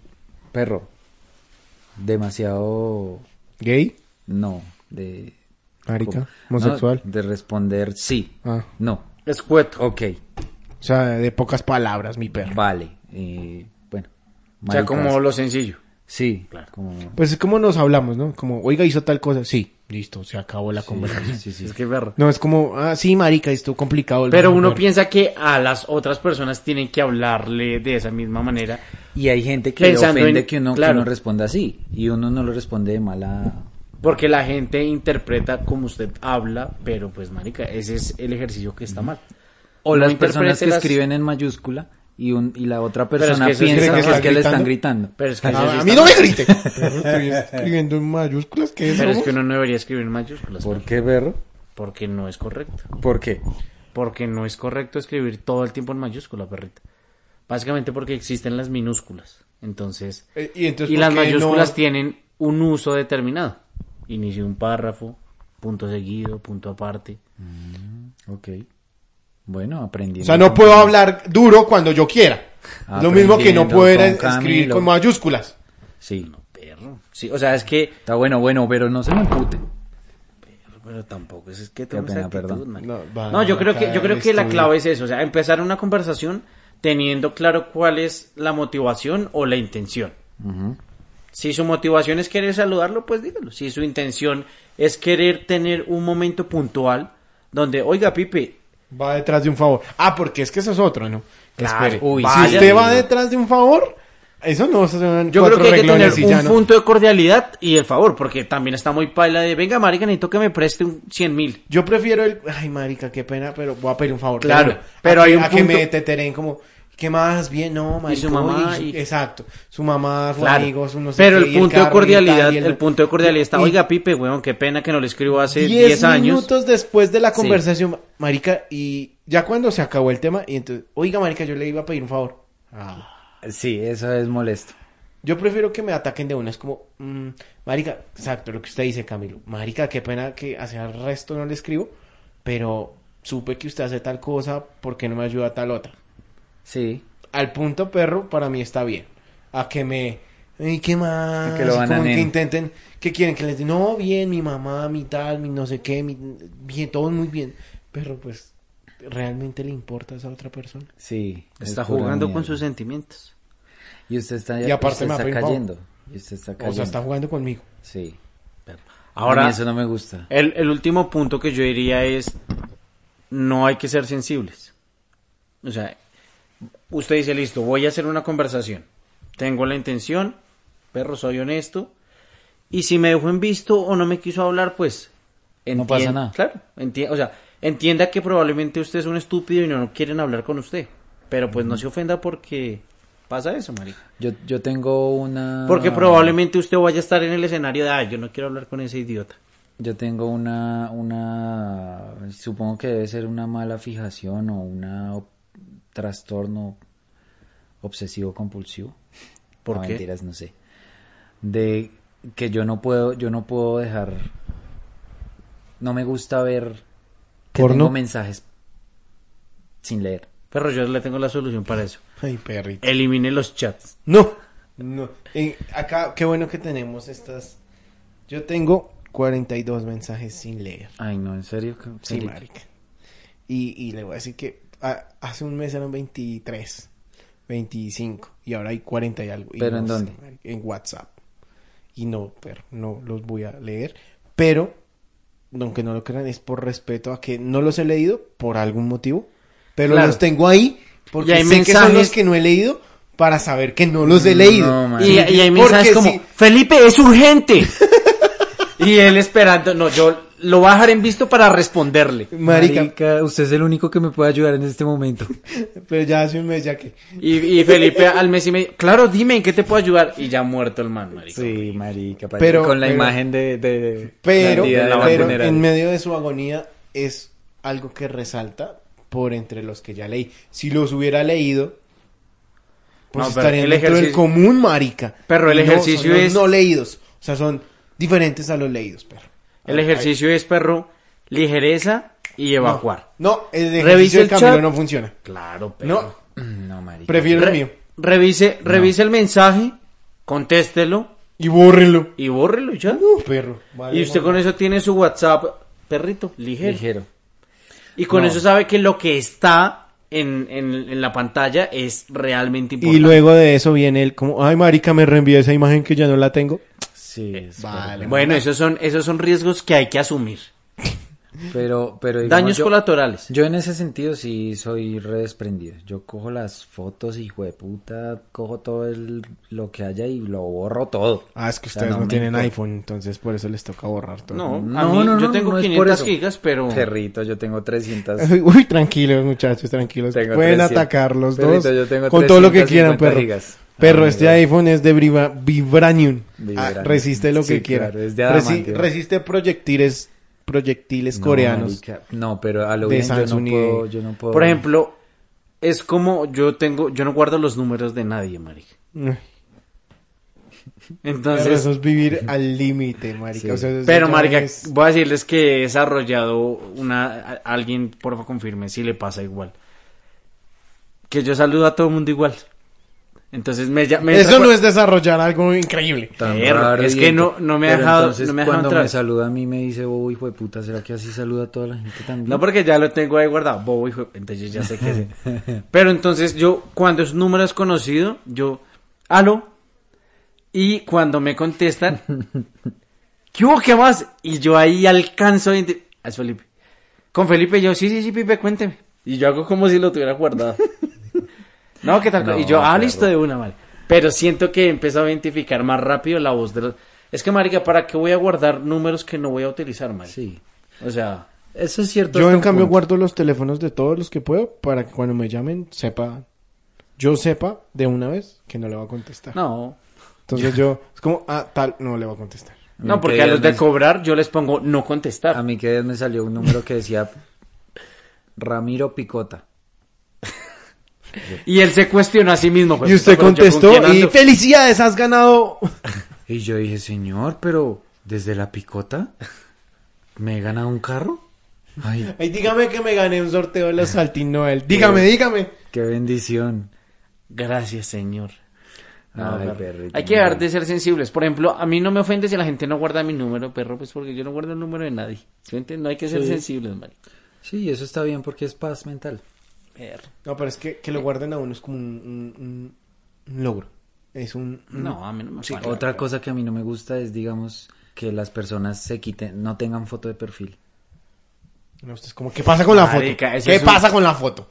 A: perro. Demasiado
B: ¿Gay?
A: no, de
B: Marica,
A: no,
B: homosexual.
A: de responder sí.
B: Ah.
A: No.
C: Escueto.
A: Ok,
B: O sea, de pocas palabras, mi perro.
A: vale. eh, bueno.
C: O sea,
A: maricas.
C: como lo sencillo.
A: sí, como-
B: Pues es como nos hablamos, ¿no? Como, oiga, hizo tal cosa. Sí, listo, se acabó la conversación.
A: sí, sí.
C: Es que perro.
B: No, es como, ah, sí, marica, esto complicado. el
C: Pero uno
B: ver.
C: piensa que a las otras personas tienen que hablarle de esa misma manera.
A: Y hay gente que le
C: Pensando en-
A: ofende que, uno, que
C: claro.
A: uno responda sí y uno no lo responde de mala
C: Porque la gente interpreta como usted habla, pero pues marica, ese es el ejercicio que está mal.
A: O
C: No
A: las personas que
C: interprete las-
A: escriben en mayúscula y, un, y la otra
C: es
A: persona
C: que eso es
A: piensa
B: que
A: que
B: están
A: es que le están
B: gritando.
A: gritando.
C: Pero es que, eso sí
B: Ah, a
C: está
B: mí
C: mal.
B: no me grite. Pero estoy escribiendo en mayúsculas, ¿qué es
C: Pero es
B: eso?
C: que uno no debería escribir en mayúsculas.
A: ¿Por
C: perro,
A: qué, perro?
C: Porque no es correcto.
A: ¿Por qué?
C: Porque no es correcto escribir todo el tiempo en mayúscula, perrita. Básicamente porque existen las minúsculas. Entonces,
B: Eh, y entonces,
C: y
B: ¿por
C: las
B: qué
C: mayúsculas
B: no?
C: tienen un uso determinado. Inicio de un párrafo, punto seguido, punto aparte.
A: Ok. Bueno, aprendiendo.
B: O sea, no puedo hablar duro cuando yo quiera. Lo mismo que no
A: Aprendiendo
B: poder
A: con
B: es- escribir
A: Camilo.
B: con mayúsculas.
A: Sí.
C: Perro. Sí, o sea, es que
A: Está bueno, bueno, pero no se me empute.
C: Pero tampoco es, es que tengo
A: pena,
C: esa actitud,
A: perdón.
C: marica.
B: No, va,
C: No, yo creo que yo creo que la
B: estoy-
C: clave es eso, o sea, empezar una conversación teniendo claro cuál es la motivación o la intención. Si su motivación es querer saludarlo, pues dígalo. Si su intención es querer tener un momento puntual donde, oiga, Pipe,
B: Va detrás de un favor. Ah, porque es que eso es otro, ¿no?
C: Claro,
B: Espere,
C: uy,
B: si
C: sí.
B: usted va detrás de un favor, eso no son
C: yo creo
B: cuatro
C: que hay que tener
B: reglones y ya
C: un
B: no.
C: punto de cordialidad y el favor, porque también está muy paila de, venga, marica, necesito que me preste un cien mil.
B: Yo prefiero el... Ay, marica, qué pena, pero voy a pedir un favor.
C: Claro,
B: Bueno,
C: pero
B: a, que-
C: hay un
B: a que me
C: punto-
B: teteren como... ¿Qué más? Bien, no, marica.
C: su mamá
B: uy,
C: y-
B: Exacto. Su mamá, su
C: Claro,
B: amigo, su no sé
C: pero
B: qué,
C: el
B: y
C: punto
B: carro y
C: de
B: tal,
C: cordialidad,
B: y
C: el punto de cordialidad está,
B: y-
C: oiga, Pipe, weón, qué pena que no le escribo hace
B: 10
C: 10 años.
B: minutos después de la
C: Sí.
B: conversación, marica, y ya cuando se acabó el tema, y entonces, oiga, marica, yo le iba a pedir un favor.
A: Sí, eso es molesto.
B: Yo prefiero que me ataquen de una, es como, mm, marica, exacto, lo que usted dice, Camilo. Marica, qué pena que hacia el resto no le escribo, pero supe que usted hace tal cosa, ¿por qué no me ayuda a tal otra?
A: Sí.
B: Al punto perro, para mí está bien. A que me... ¿Y qué más?
A: A que lo
B: Y como
A: bananen.
B: que intenten... ¿Qué quieren? Que les digan, no, bien, mi mamá, mi tal, mi no sé qué, mi... Bien, todo muy bien. Pero pues, ¿realmente le importa a esa otra persona?
A: Sí. es
C: Está
A: pura
C: jugando con
A: mierda.
C: sus sentimientos.
A: Y usted está,
B: Y aparte
A: usted
B: me
A: está
B: aprimao.
A: cayendo. Y usted está cayendo.
B: O sea, está jugando conmigo.
A: Sí. Ahora.
C: Ahora,
A: eso no me gusta.
C: el, el último punto que yo diría es, no hay que ser sensibles. O sea, usted dice, listo, voy a hacer una conversación. Tengo la intención, perro, soy honesto. Y si me dejó en visto o no me quiso hablar, pues...
A: No pasa
C: entien-
A: nada.
C: Claro, enti- o sea, entienda que probablemente usted es un estúpido y no, no quieren hablar con usted. Pero pues no se ofenda porque pasa eso, marica.
A: Yo, yo tengo una.
C: Porque probablemente usted vaya a estar en el escenario de, ah, yo no quiero hablar con ese idiota.
A: Yo tengo una, una, supongo que debe ser una mala fijación o una ob- trastorno obsesivo compulsivo.
C: ¿Por
A: No,
C: qué?
A: Mentiras, no sé. De que yo no puedo, yo no puedo dejar, no me gusta ver que
B: ¿Porno?
A: tengo mensajes sin leer.
C: Pero yo le tengo la solución para eso.
B: Ay, perrito.
C: Elimine los chats.
B: No. No. Eh, acá, qué bueno que tenemos estas... Yo tengo 42 mensajes sin leer.
A: Ay, no, en serio. ¿Qué-
B: Sí,
A: serio?
B: marica. Y, y le voy a decir que ah, hace un mes eran 23, 25 y ahora hay 40 y algo. Y
A: ¿Pero en
B: sé,
A: dónde?
B: marica, en WhatsApp. y no, pero no los voy a leer, pero aunque no lo crean es por respeto a que no los he leído por algún motivo, pero
C: Claro.
B: los tengo ahí porque
C: Y hay
B: sé que son los
C: mensajes-
B: que no he leído para saber que no los he leído.
A: No, man.
C: Y,
A: Sí,
C: y hay
B: porque
C: mensajes como,
B: sí.
C: Felipe, es urgente. y él esperando, no, yo lo voy a dejar en visto para responderle.
B: Marica,
A: usted es el único que me puede ayudar en este momento.
B: pero ya hace un mes ya que...
C: Y, y Felipe al mes y medio, claro, dime, ¿en qué te puedo ayudar? Y ya muerto el man, marica.
A: Sí, marica. pa-
B: Pero-
A: con la
B: pero-
A: imagen de... de-
B: Pero,
A: de la
B: pero
A: bandera.
B: en medio de su agonía es algo que resalta por entre los que ya leí. Si los hubiera leído, pues
C: No, pero
B: estarían
C: el
B: dentro del
C: ejercicio-
B: común, marica.
C: Pero el
B: Y no,
C: ejercicio
B: son los
C: es-
B: no leídos. O sea, son diferentes a los leídos, perro.
C: El ejercicio es, perro, ligereza y
B: No,
C: evacuar.
B: No, el ejercicio
C: Revise
B: del
C: el
B: camino
C: chat.
B: no funciona.
C: Claro,
B: No,
A: No, marica.
B: prefiero el mío.
C: Re- revise, revise el mensaje, contéstelo
B: Y bórrenlo.
C: y bórrelo y ya.
B: Uh, perro. vale,
C: y usted
B: madre.
C: con eso tiene su WhatsApp, perrito, ligero.
A: Ligero.
C: Y con
A: No.
C: eso sabe que lo que está en, en, en la pantalla es realmente
B: Y
C: importante.
B: luego de eso viene el como, ay, marica, me reenvió esa imagen que ya no la tengo.
A: Sí, es
B: Eh, Vale.
C: Bueno, esos son, esos son riesgos que hay que asumir.
A: correcto. Pero, pero digamos,
C: Daños
A: yo-
C: colaterales.
A: Yo en ese sentido sí soy re desprendido. Yo cojo las fotos, hijo de puta, cojo todo el, lo que haya y lo borro todo.
B: Ah, es
A: O
B: que
A: sea,
B: ustedes no,
A: me
B: tienen
A: importa.
B: iPhone, entonces por eso les toca borrar todo.
C: No, a mí, yo tengo
A: no es por
C: 500
A: eso.
C: gigas, pero...
A: Perrito, yo tengo 300.
B: Uy, tranquilos, muchachos, tranquilos.
A: Tengo
B: Pueden
A: 300.
B: atacar los
A: Perrito,
B: dos
A: yo tengo
B: con todo lo que quieran,
A: 350
B: perro.
A: gigas.
B: Perro,
A: Ah,
B: este
A: mira.
B: iPhone es de vibra- vibranium.
A: Vibranium.
B: Ah, resiste lo
A: Sí,
B: que quiera.
A: claro, es de
B: Resi-
A: adamantio.
B: resiste proyectiles, proyectiles coreanos.
A: No, marica, no, pero a lo
B: De
A: bien yo no,
B: Samsung y-
A: puedo, yo no puedo.
C: Por ejemplo, es como yo tengo... Yo no guardo los números de nadie, marica.
B: Ay,
C: Entonces...
B: perro, eso es vivir al límite, marica.
A: Sí.
B: O sea, eso
C: Pero,
B: ya
C: marica,
B: es-
C: voy a decirles que he desarrollado una... a- Alguien, porfa, confirme si le pasa igual. Que yo saludo a todo el mundo igual. Entonces me... ya- me
B: Eso
C: entra-
B: no es desarrollar algo increíble.
A: Tan
C: Perro,
A: raro
C: es
A: y
C: que
A: ento-
C: no- no me ha
A: pero
C: dejado-
A: entonces
C: no me ha dejado
A: cuando
C: entrar.
A: me saluda a mí me dice, oh, hijo de puta, ¿será que así saluda a toda la gente también?
C: No, porque ya lo tengo ahí guardado. Bobo, hijo. de- Entonces ya sé que sí. Pero entonces yo, cuando es número es conocido, yo, aló. Y cuando me contestan, ¿qué hubo? ¿Qué más? Y yo ahí alcanzo. a inte- Ah, Es Felipe. Con Felipe yo, sí, sí, sí, Pipe, cuénteme. Y yo hago como si lo tuviera guardado. no, ¿qué tal?
A: No,
C: y yo, ah,
A: perro.
C: listo de una, vale. Pero siento que empiezo a identificar más rápido la voz de los... Es que, marica, ¿para qué voy a guardar números que no voy a utilizar, marica?
A: Sí.
C: O sea...
A: Eso es cierto.
B: Yo
A: hasta
B: en
A: un
B: cambio
A: punto.
B: guardo los teléfonos de todos los que puedo para que cuando me llamen sepa, yo sepa de una vez que no le va a contestar.
C: No.
B: Entonces yo, es como, ah, tal, no le va a contestar.
C: No,
A: Ok,
C: porque a los de
A: Ernesto.
C: cobrar yo les pongo no
A: A
C: contestar.
A: mí que me salió un número que decía Ramiro Picota.
C: Y él se cuestionó a sí mismo. pues,
B: Y usted contestó y felicidades, has ganado.
A: Y yo dije, señor, pero ¿desde la picota? ¿Me he ganado un carro? Ay,
B: Ay, dígame que me gané un sorteo de los Saltín Noel. Dígame, dígame.
A: qué bendición.
C: Gracias, señor. No,
A: Ay,
C: perro.
A: perrito.
C: Hay que dejar de ser sensibles. Por ejemplo, a mí no me ofende si la gente no guarda mi número, perro, pues porque yo no guardo el número de nadie. ¿Sí me entiende? No hay que ser sensibles, marica.
A: Sí, eso está bien porque es paz mental.
C: Perro.
B: No, pero es que, que lo guarden a uno es como un, un- un- un logro. Es un...
C: No, a mí no me
A: Sí,
C: ofende.
A: otra cosa que a mí no me gusta es, digamos, que las personas se quiten, no tengan foto de perfil.
B: No, usted es como, ¿qué pasa con la foto?
C: Marica, eso
B: ¿Qué
C: es un-
B: pasa con la foto?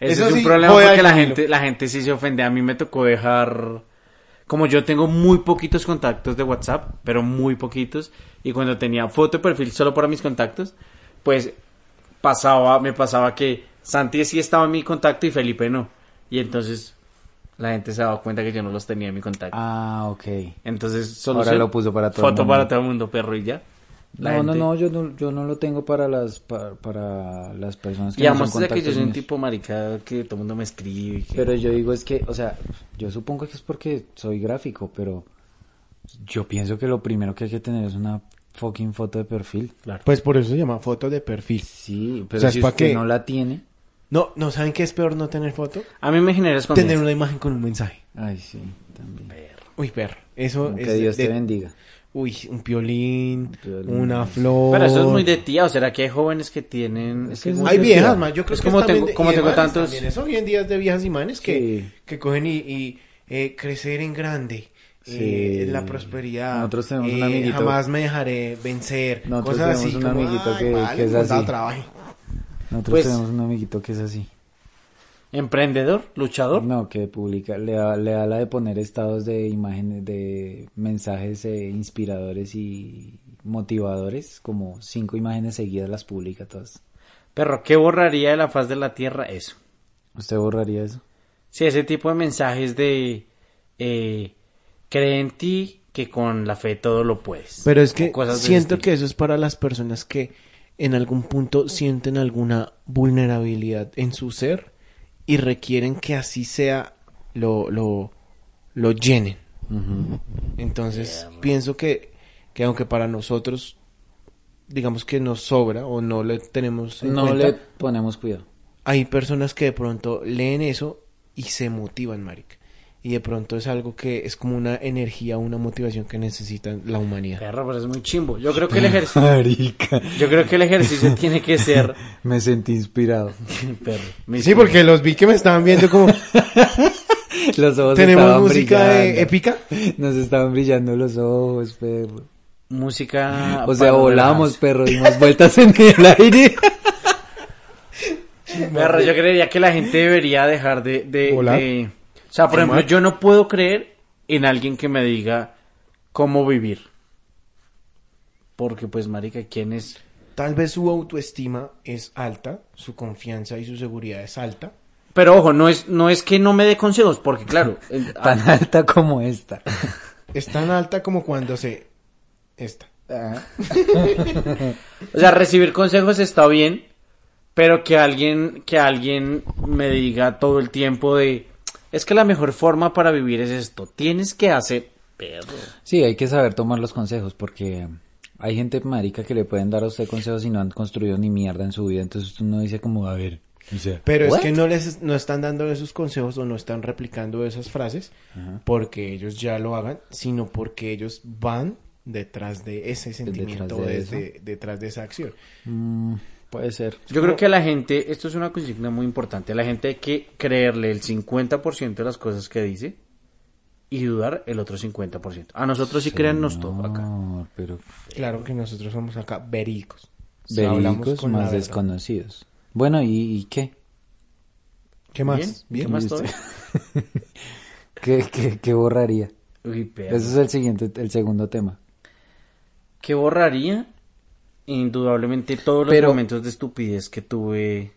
C: Ese
B: Eso
C: es un
B: sí,
C: problema
B: voy a
C: porque la
B: decirlo.
C: gente, la gente sí se ofende. A mí me tocó dejar. Como yo tengo muy poquitos contactos de WhatsApp, pero muy poquitos, y cuando tenía foto de perfil solo para mis contactos, pues pasaba, me pasaba que Santi sí estaba en mi contacto y Felipe no. Y entonces la gente se daba cuenta que yo no los tenía en mi contacto.
A: Ah, ok.
C: Entonces solo
A: Ahora
C: se-
A: lo puso para todo el
C: Foto
A: mundo.
C: para todo el mundo, perro, y ya.
A: No,
C: La
A: no,
C: gente-
A: no, yo no, yo no lo tengo para las, para, para las personas que
C: Y
A: no
C: además
A: son
C: de que yo
A: contactos
C: soy un
A: míos.
C: tipo marica que todo el mundo me escribe. y que-
A: Pero yo digo es que, o sea, yo supongo que es porque soy gráfico, pero yo pienso que lo primero que hay que tener es una fucking foto de perfil.
B: Pues por eso se llama foto de perfil.
A: Sí, pero
B: O sea,
A: si
B: ¿es pa'
A: usted
B: qué?
A: no la tiene,
B: No, no, ¿saben qué es peor no tener foto?
C: A mí me genera
B: Tener
C: escondido.
B: una imagen con un mensaje.
A: ay sí, también.
B: Uy, perro. Eso
A: Que
B: es
A: Dios
B: de-
A: te bendiga.
B: Uy, un piolín,
A: piolín.
B: una flor.
C: Pero eso es muy de tía, o será que hay jóvenes que tienen...
A: Es que es
C: muy-
A: muy
B: Hay
A: de
B: viejas,
A: tía.
B: man. Yo creo
C: Es
B: que
C: como
B: es también
C: tengo-
B: de-
C: como
B: y de
C: tengo
B: manes
C: tantos-
B: también. Eso hoy en día es de viejas y manes que,
A: Sí.
B: que cogen y, y, eh, crecer en grande. eh,
A: Sí.
B: la prosperidad.
A: Nosotros tenemos un
B: eh,
A: amiguito.
B: Jamás me dejaré vencer.
A: Nosotros
B: cosas así.
A: tenemos un
B: como,
A: amiguito
B: "Ay,
A: que-
B: vale,
A: que es
B: montado
A: así".
B: trabaje.
A: Nosotros
C: Pues-
A: tenemos un amiguito que es así.
C: ¿Emprendedor? ¿Luchador?
A: No, que publica, le da, le da la de poner estados de imágenes, de mensajes eh, inspiradores y motivadores, como cinco imágenes seguidas las publica todas.
C: Perro, ¿qué borraría de la faz de la tierra eso?
A: ¿Usted borraría eso?
C: Sí, ese tipo de mensajes de eh, cree en ti que con la fe todo lo puedes.
B: Pero es
C: O
B: que
C: cosas de ese
B: siento
C: estilo.
B: que eso es para las personas que en algún punto sienten alguna vulnerabilidad en su ser y requieren que así sea lo, lo, lo llenen. Entonces pienso que, que aunque para nosotros digamos que nos sobra o no le tenemos en
A: No
B: cuenta,
A: le ponemos cuidado.
B: hay personas que de pronto leen eso y se motivan, marica. Y de pronto es algo que es como una energía, una motivación que necesita la humanidad.
C: Perro, pero es muy chimbo. Yo creo que el ejercicio,
A: Marica,
C: yo creo que el ejercicio tiene que ser...
A: me sentí inspirado.
C: Perro, me
B: Sí, porque los vi que me estaban viendo como
A: Los ojos
B: tenemos
A: estaban
B: música de
A: brillando.
B: épica.
A: Nos estaban brillando los ojos, perro.
C: Música...
A: O sea,
C: para
A: volamos,
C: relajarse.
A: perro, dimos vueltas en el aire.
C: Perro, yo creería que la gente debería dejar de... de-
B: Volar.
C: de- O sea, por ejemplo, yo no puedo creer en alguien que me diga cómo vivir. Porque, pues, marica, ¿quién es...?
B: Tal vez su autoestima es alta, su confianza y su seguridad es alta.
C: Pero ojo, no es, no es que no me dé consejos, porque claro, el-
A: Tan alta como esta.
B: Es tan alta como cuando se... Esta.
A: Ah.
C: O sea, recibir consejos está bien, pero que alguien, que alguien me diga todo el tiempo de es que la mejor forma para vivir es esto. Tienes que hacer perro.
A: Sí, hay que saber tomar los consejos porque hay gente marica que le pueden dar a usted consejos y no han construido ni mierda en su vida, entonces uno dice como, a ver, o sea,
B: Pero
A: ¿what?
B: es que no les no están dando esos consejos o no están replicando esas frases porque ellos ya lo hagan, sino porque ellos van detrás de ese sentimiento,
A: de
B: desde- detrás de esa acción.
A: Mm, puede ser.
C: Yo creo que a la gente, esto es una consigna muy importante, a la gente hay que creerle el 50% de las cosas que dice y dudar el otro 50%. A nosotros sí créannos todo acá.
A: No, pero
B: Claro que nosotros somos acá verídicos. O sea, hablamos
A: verídicos
B: con la
A: más
B: verdad.
A: desconocidos. Bueno, ¿y, y qué?
B: ¿Qué más?
C: ¿Bien? ¿Qué más
A: ¿Y
C: todo?
A: usted? ¿Qué, qué, qué borraría?
C: Uy, perro.
A: Ese es el siguiente, el segundo tema.
C: que borraría indudablemente todos los
A: Pero-
C: momentos de estupidez que tuve.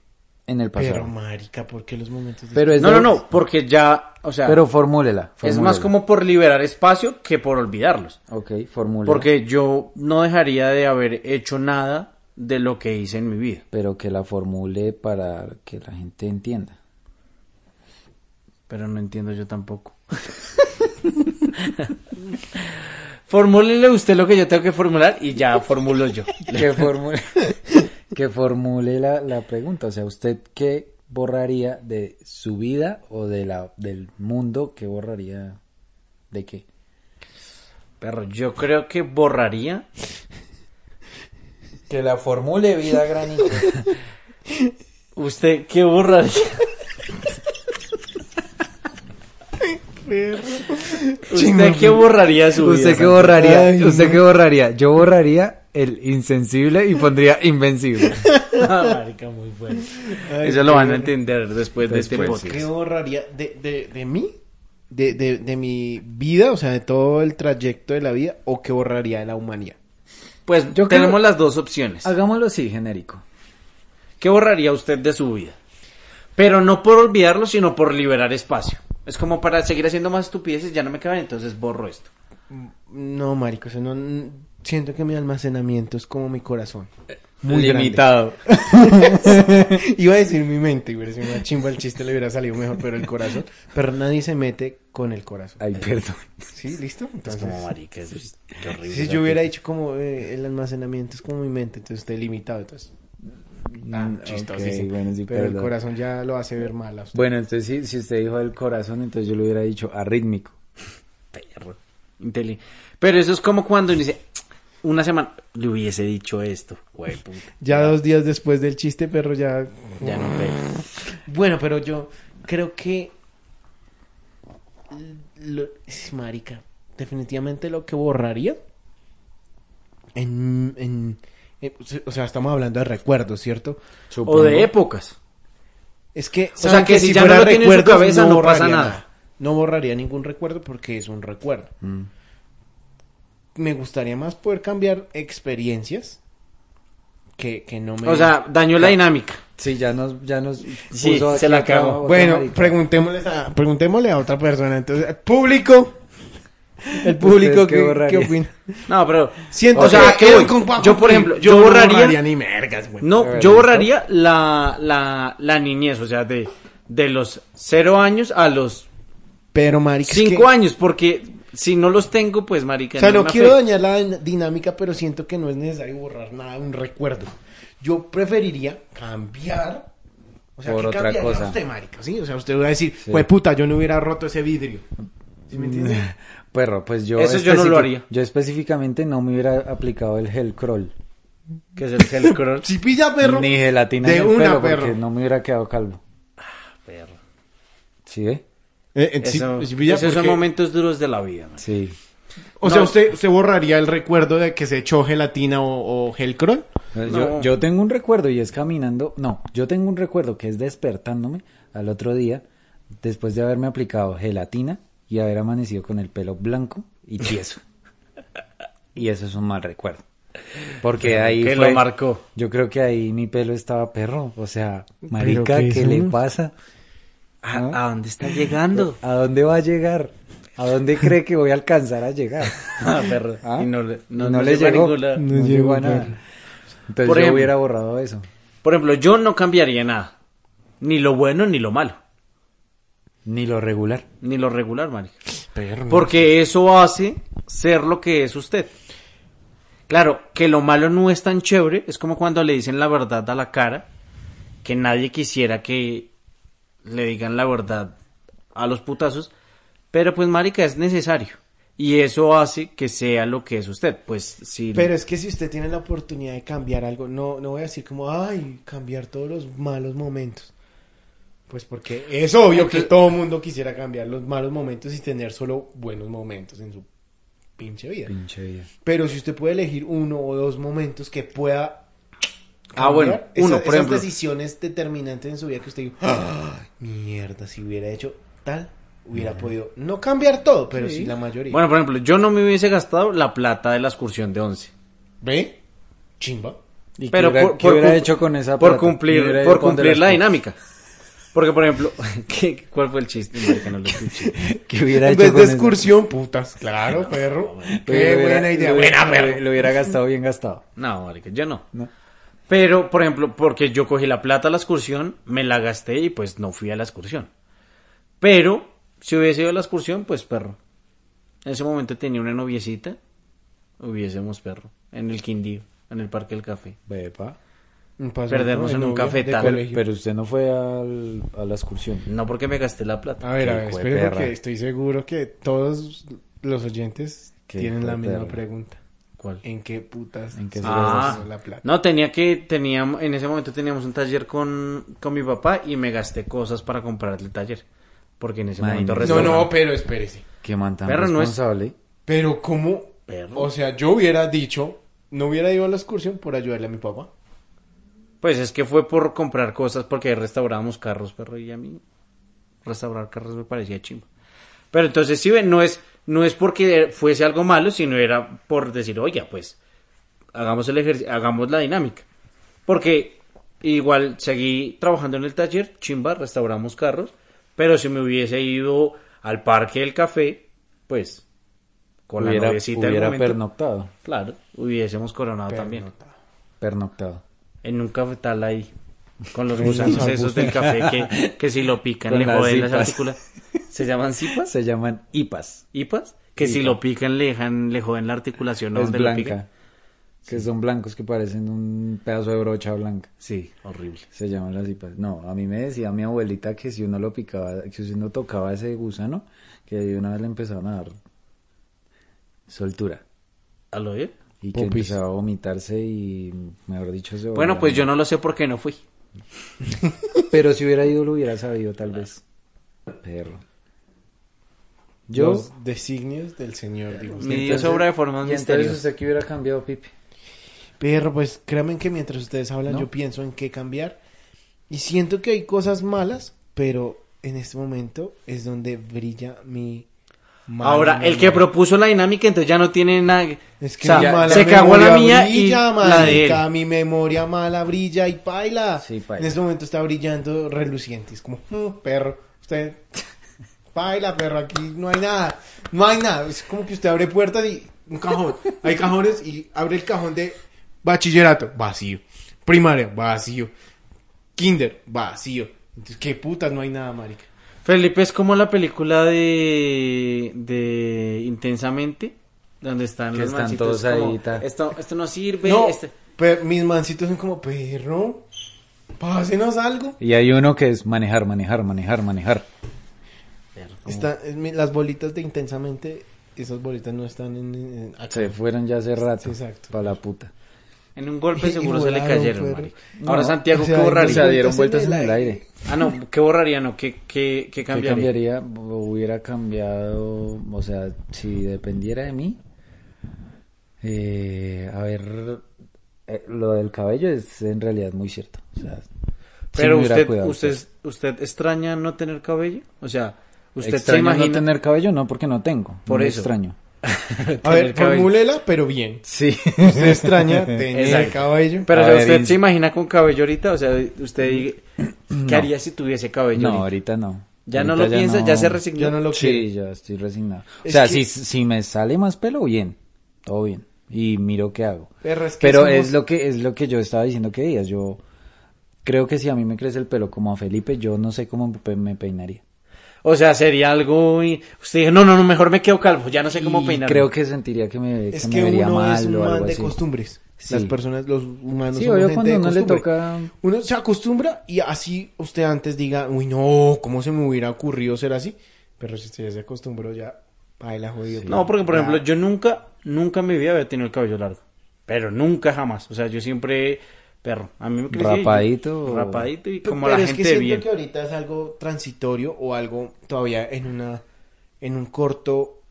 A: En el pasado.
B: Pero
A: Pero,
B: marica, ¿por qué los momentos de
A: es
C: No,
A: de-
C: no, no, porque ya, o sea,
A: Pero formúlela,
C: es
A: formúlela.
C: más como por liberar espacio que por olvidarlos.
A: Ok, formúlela.
C: Porque yo no dejaría de haber hecho nada de lo que hice en mi vida.
A: Pero que la formule para que la gente entienda.
C: Pero no entiendo yo tampoco. Formúlele usted lo que yo tengo que formular y ya formulo yo.
A: que formule, que formule la, la pregunta. O sea, ¿usted qué borraría de su vida o de la, del mundo? ¿Qué borraría de qué?
C: Pero yo creo que borraría
A: Que la formule vida granito.
C: ¿Usted qué borraría? ¿Usted qué borraría su
A: ¿Usted
C: vida?
A: qué borraría? ¿Usted qué borraría? Yo borraría el insensible y pondría invencible.
C: Ah, marica, muy bueno. Eso lo van a entender después de este
A: Después, sí.
C: podcast.
B: ¿Qué borraría de, de, de mí? De, de, de mi vida, o sea, de todo el trayecto de la vida, o qué borraría de la humanidad.
C: Pues
A: Yo creo-
C: tenemos las dos opciones.
A: Hagámoslo así, genérico.
C: ¿Qué borraría usted de su vida? Pero no por olvidarlo, sino por liberar espacio. Es como para seguir haciendo más estupideces, ya no me caben, entonces borro esto.
B: Mm, No, marico, o sea, no, n- siento que mi almacenamiento es como mi corazón.
C: limitado.
B: Iba a decir mi mente, y hubiera sido una chimba el chiste, le hubiera salido mejor, pero el corazón. Pero nadie se mete con el corazón.
A: Ay, perdón.
B: ¿Sí? ¿Listo?
C: Es
B: Entonces,
C: como marica, eso es qué horrible.
B: si yo hubiera dicho como eh, el almacenamiento es como mi mente, entonces estoy limitado, entonces. Ah,
A: Mm, ok,
B: chistosísimo.
A: bueno, sí,
B: pero el
A: perdón.
B: corazón ya lo hace ver mal a usted.
A: Bueno, entonces si, si usted dijo el corazón, entonces yo le hubiera dicho arrítmico.
C: Perro. Inteli- Pero eso es como cuando uno dice, una semana, le hubiese dicho esto, güey, puta,
B: Ya dos días después del chiste, perro, ya...
C: ya no pego.
B: Bueno, pero yo creo que... lo- es Marica, definitivamente lo que borraría en, en, en- o sea, estamos hablando de recuerdos, ¿cierto?
C: O de épocas.
B: Es que,
C: sea,
B: ¿saben
C: que si ya no
B: fuera
C: lo tiene en su
B: recuerdos,
C: cabeza, no pasa
B: borraría
C: nada.
B: No borraría ningún recuerdo porque es un recuerdo. Me gustaría más poder cambiar experiencias que, que no me...
C: O sea, dañó la dinámica.
A: Sí, ya nos, ya nos
C: Sí,
A: puso
C: se
A: aquí
C: la
A: acá
C: cagó.
A: otra
B: bueno,
A: marica.
B: preguntémosle a, preguntémosle a otra persona. Entonces, el público. El público,
A: ¿Ustedes qué
B: ¿qué, qué
A: borrarían?
B: opina?
C: No, pero.
B: Siento
C: o sea,
B: que
C: ¿a qué
B: hoy
C: voy?
B: con Paco
C: Yo, por
B: Pil-
C: ejemplo, yo,
B: no
C: borraría.
B: ni mergas, güey.
C: No, yo borraría la, la, la niñez, o sea, de, de los cero años a los
B: Pero, marica, es
C: cinco
B: que-
C: años, porque si no los tengo, pues, marica.
B: O sea, no
C: me
B: quiero
C: afecta.
B: dañar la din- dinámica, pero siento que no es necesario borrar nada, un recuerdo. Yo preferiría cambiar. O sea,
A: Por
B: ¿qué
A: otra
B: cambiaría
A: cosa.
B: Usted, marica, ¿sí? O sea, usted va a decir, pues puta, yo no hubiera roto ese vidrio. ¿Sí me entiendes?
A: Perro, pues yo.
C: Eso yo no
A: especifi-
C: lo haría.
A: Yo específicamente no me hubiera aplicado el gel crawl.
C: Que es el gel crawl.
B: si pilla perro.
A: Ni gelatina
B: De
A: en el
B: una,
A: pelo,
B: perro.
A: porque no me hubiera quedado calvo.
C: Ah, Perro.
A: ¿Sí, eh?
B: Eh, eh, si-
C: Eso-
B: si pilla,
C: esos son
B: porque-
C: momentos duros de la vida, man.
A: Sí.
B: O sea, usted, usted borraría el recuerdo de que se echó gelatina o, o gel crawl.
A: Eh, Yo, yo tengo un recuerdo y es caminando. No, yo tengo un recuerdo que es despertándome al otro día después de haberme aplicado gelatina y haber amanecido con el pelo blanco y tieso. y eso es un mal recuerdo. Porque ahí
C: que
A: fue-
C: lo marcó.
A: Yo creo que ahí mi pelo estaba perro. O sea, marica,
B: qué
A: ¿qué, le
B: somos?
A: pasa?
C: ¿A,
B: ¿Ah?
C: a dónde está llegando?
A: ¿A dónde va a llegar? ¿A dónde cree que voy a alcanzar a llegar?
C: Ah, perro.
A: ¿Ah?
C: Y no, le- no,
A: Y
C: no
A: le
C: llegó a
A: llegó.
C: ningún lado.
A: No, llegó a nada. Entonces
C: Por
A: yo
C: ejemplo.
A: hubiera borrado eso.
C: Por ejemplo, yo no cambiaría nada. Ni lo bueno ni lo malo.
A: Ni lo regular.
C: Ni lo regular, marica.
B: Perro.
C: Porque eso hace ser lo que es usted. Claro, que lo malo no es tan chévere, es como cuando le dicen la verdad a la cara, que nadie quisiera que le digan la verdad a los putazos, pero pues marica es necesario. Y eso hace que sea lo que es usted, pues sí.
B: Pero es que si usted tiene la oportunidad de cambiar algo, no, no voy a decir como, ay, cambiar todos los malos momentos. Pues porque es obvio que todo mundo quisiera cambiar los malos momentos y tener solo buenos momentos en su pinche vida.
A: Pinche vida.
B: Pero si usted puede elegir uno o dos momentos que pueda...
C: Ah, bueno,
B: esas-
C: uno, por
B: esas
C: ejemplo.
B: decisiones determinantes en su vida que usted dijo, "Ah, mierda, si hubiera hecho tal, hubiera podido no cambiar todo, pero sí, la mayoría.
C: Bueno, por ejemplo, yo no me hubiese gastado la plata de la excursión de once.
B: ¿Ve? Chimba.
A: ¿Y
C: pero
A: qué hubiera,
C: por,
A: qué hubiera
C: por-
A: hecho con esa
C: por
A: plata? ¿Qué hubiera
C: cumplir
A: ido
C: por
A: con De
C: cumplir
A: las
C: la
A: Pop?
C: dinámica porque por ejemplo ¿qué- cuál fue el chiste Marica, no lo escuché.
A: ¿Qué hubiera
B: en
A: hecho
B: vez
A: con
B: de
A: esa-
B: excursión, putas. Claro, perro.
A: Lo
B: Qué
A: hubiera-
B: buena idea.
A: lo hubiera-
B: Buena, perro.
A: Lo hubiera gastado bien gastado.
C: no marica yo no.
A: No.
C: pero por ejemplo porque yo cogí la plata a la excursión me la gasté y pues no fui a la excursión pero si hubiese ido a la excursión pues perro en ese momento tenía una noviecita hubiésemos perro en el Quindío en el Parque del Café
A: Bepa.
C: Perdernos en un cafetal.
A: Pero, pero usted no fue al- a la excursión.
C: no porque me gasté la plata
B: A ver, a
A: Qué
B: ver,
A: hijo de
B: espere
A: perra.
B: porque estoy seguro que todos los oyentes
A: Qué
B: tienen
A: hijo
B: la
A: de
B: misma
A: perra.
B: pregunta.
C: cuál
B: ¿En qué putas
A: ¿En qué
B: se
A: se
C: Ah,
B: gastó la plata?
C: no, tenía que, teníamos, en ese momento teníamos un taller con, con mi papá y me gasté cosas para comprarle el taller. Porque en ese
A: Imagínese.
C: momento
B: No,
C: restaurante-
B: no, pero espérese.
A: Qué man tan
C: Perro, no es-
A: responsable.
B: Pero ¿cómo?
C: Perro.
B: O sea, yo hubiera dicho, no hubiera ido a la excursión por ayudarle a mi papá.
C: Pues es que fue por comprar cosas porque restaurábamos carros, perro, y a mí restaurar carros me parecía chimba. Pero entonces, si ven, no es, no es porque fuese algo malo, sino era por decir, oiga, pues, hagamos el ejercicio, hagamos la dinámica. Porque igual seguí trabajando en el taller, chimba, restauramos carros, pero si me hubiese ido al parque del café, pues, con la
A: hubiera
C: noviecita del
A: hubiera
C: momento,
A: pernoctado.
C: claro, hubiésemos coronado también.
A: Pernoctado.
C: En un cafetal ahí. Con los
B: Con los
C: gusanos esos del café que, que si lo pican
A: Con
C: le
A: las
C: joden las
A: hipas.
C: articulaciones. ¿Se llaman cipas?
A: Se llaman IPAS.
C: ¿Hipas? Que si
A: Hipa.
C: lo pican le dejan, le joden la articulación
A: es
C: donde lo pican.
A: blanca. Que son blancos que parecen un pedazo de brocha blanca.
C: Sí, horrible.
A: Se llaman las IPAs. No, a mí me decía mi abuelita que si uno lo picaba, que si uno tocaba ese gusano, que de una vez le empezaban a dar soltura.
C: ¿A lo bien?
A: Y que
B: Popis.
A: empezaba a vomitarse y, mejor dicho, se
C: Bueno,
A: volvía
C: pues yo
A: loco.
C: no lo sé por qué no fui.
A: Pero si hubiera ido, lo hubiera sabido, tal vez. Perro. Yo-
B: Los designios del señor, digo.
C: Mi Dios obra de formas
A: Y entonces
C: misteriosas.
A: usted que hubiera cambiado, Pipe.
B: Pero pues créanme que mientras ustedes hablan
A: No.
B: yo pienso en qué cambiar. Y siento que hay cosas malas, pero en este momento es donde brilla mi... mala
C: Ahora, el que
B: memoria.
C: propuso la dinámica, entonces ya no tiene nada.
B: Es que
C: o sea,
B: mi mala
C: se cagó la
B: memoria
C: mía y
B: brilla,
C: la de él.
B: marica, Mi memoria mala brilla y paila.
A: Sí, paila.
B: En este momento está brillando reluciente. Es como, "Mm, perro, usted... Paila, perro, aquí no hay nada. No hay nada. Es como que usted abre puertas y... Un cajón. Hay cajones y abre el cajón de bachillerato. Vacío. Primaria. Vacío. Kinder. Vacío. Entonces, qué putas, no hay nada, marica.
C: Felipe es como la película de, de Intensamente, donde están
A: Que
C: los
A: están
C: mancitos
A: todos
C: como,
A: ahí, ta.
C: esto, esto no sirve.
B: no,
C: este-
B: pero mis mancitos son como, perro, pásenos algo.
A: Y hay uno que es manejar, manejar, manejar, manejar.
B: Está- es mi- las bolitas de intensamente, esas bolitas no están en, en- acá.
A: Se fueron ya hace rato.
B: Sí, exacto.
A: Para la puta.
C: En un golpe
B: Y- y
C: seguro se le
B: volaron,
C: cayeron,
B: fueron.
C: marica. Ahora
A: No,
C: Santiago,
B: o
C: ¿qué
B: sea,
A: O sea,
C: borraría?
A: dieron vueltas en el aire.
C: Ah, no, ¿qué borraría? No, ¿qué, qué, qué
A: ¿Qué cambiaría?
C: cambiaría?
A: Hubiera cambiado, o sea, si dependiera de mí. eh, a ver, eh, lo del cabello es en realidad muy cierto. o sea, sí
C: Pero
A: me hubiera
C: usted,
A: cuidado,
C: usted,
A: pues.
C: usted extraña no tener cabello. O sea, usted
A: Extraño
C: se imagina
A: no tener cabello, no, porque no tengo.
C: Por
A: no me
C: eso.
A: extraño.
B: A ver,
C: tener cabello.
B: formúlela, pero bien.
A: Sí.
B: Usted extraña tener
C: Exacto.
B: cabello.
C: Pero
A: A
C: o sea,
A: ver,
C: usted
A: y-
C: se imagina con cabello ahorita, o sea, usted diga, ¿qué haría si tuviese cabello?
A: No,
C: ahorita?
A: ahorita no.
C: Ya no
A: Ahorita
C: lo piensa, ya se resignó.
B: Yo no lo quiero.
A: Sí, ya estoy resignado.
B: Es
A: o sea,
B: que-
A: si, si me sale más pelo, bien. Todo bien. Y miro qué hago.
B: Perra, es que
A: Pero
B: somos-
A: es lo que es lo que yo estaba diciendo que días. Yo creo que si a mí me crece el pelo como a Felipe, yo no sé cómo pe- me peinaría.
C: O sea, sería algo y usted dice, no, no, no, mejor me quedo calvo, ya no sé cómo
A: Y
C: peinar.
A: creo que sentiría que me,
B: Es
A: que me
B: que
A: vería
B: uno
A: mal
B: es un
A: o algo
B: man de
A: así.
B: costumbres.
A: Sí.
B: Las personas, los humanos.
A: Sí,
B: somos
A: obvio,
B: gente
A: cuando
B: de
A: no le
B: costumbre.
A: toca-
B: Uno se acostumbra y así usted antes diga, uy, no, ¿cómo se me hubiera ocurrido ser así? Pero si usted ya se acostumbró, ya, baila jodido.
C: No, porque por
B: Eh, Ya.
C: ejemplo, yo nunca, nunca en mi vida había tenido el cabello largo. Pero nunca jamás. O sea, yo siempre, perro, a mí me creció. y-
A: Rapadito.
C: Rapadito y
B: Pe-
C: como
B: pero
C: la
B: es
C: gente
B: que siento
C: bien.
B: que ahorita es algo transitorio o algo todavía en una en un corto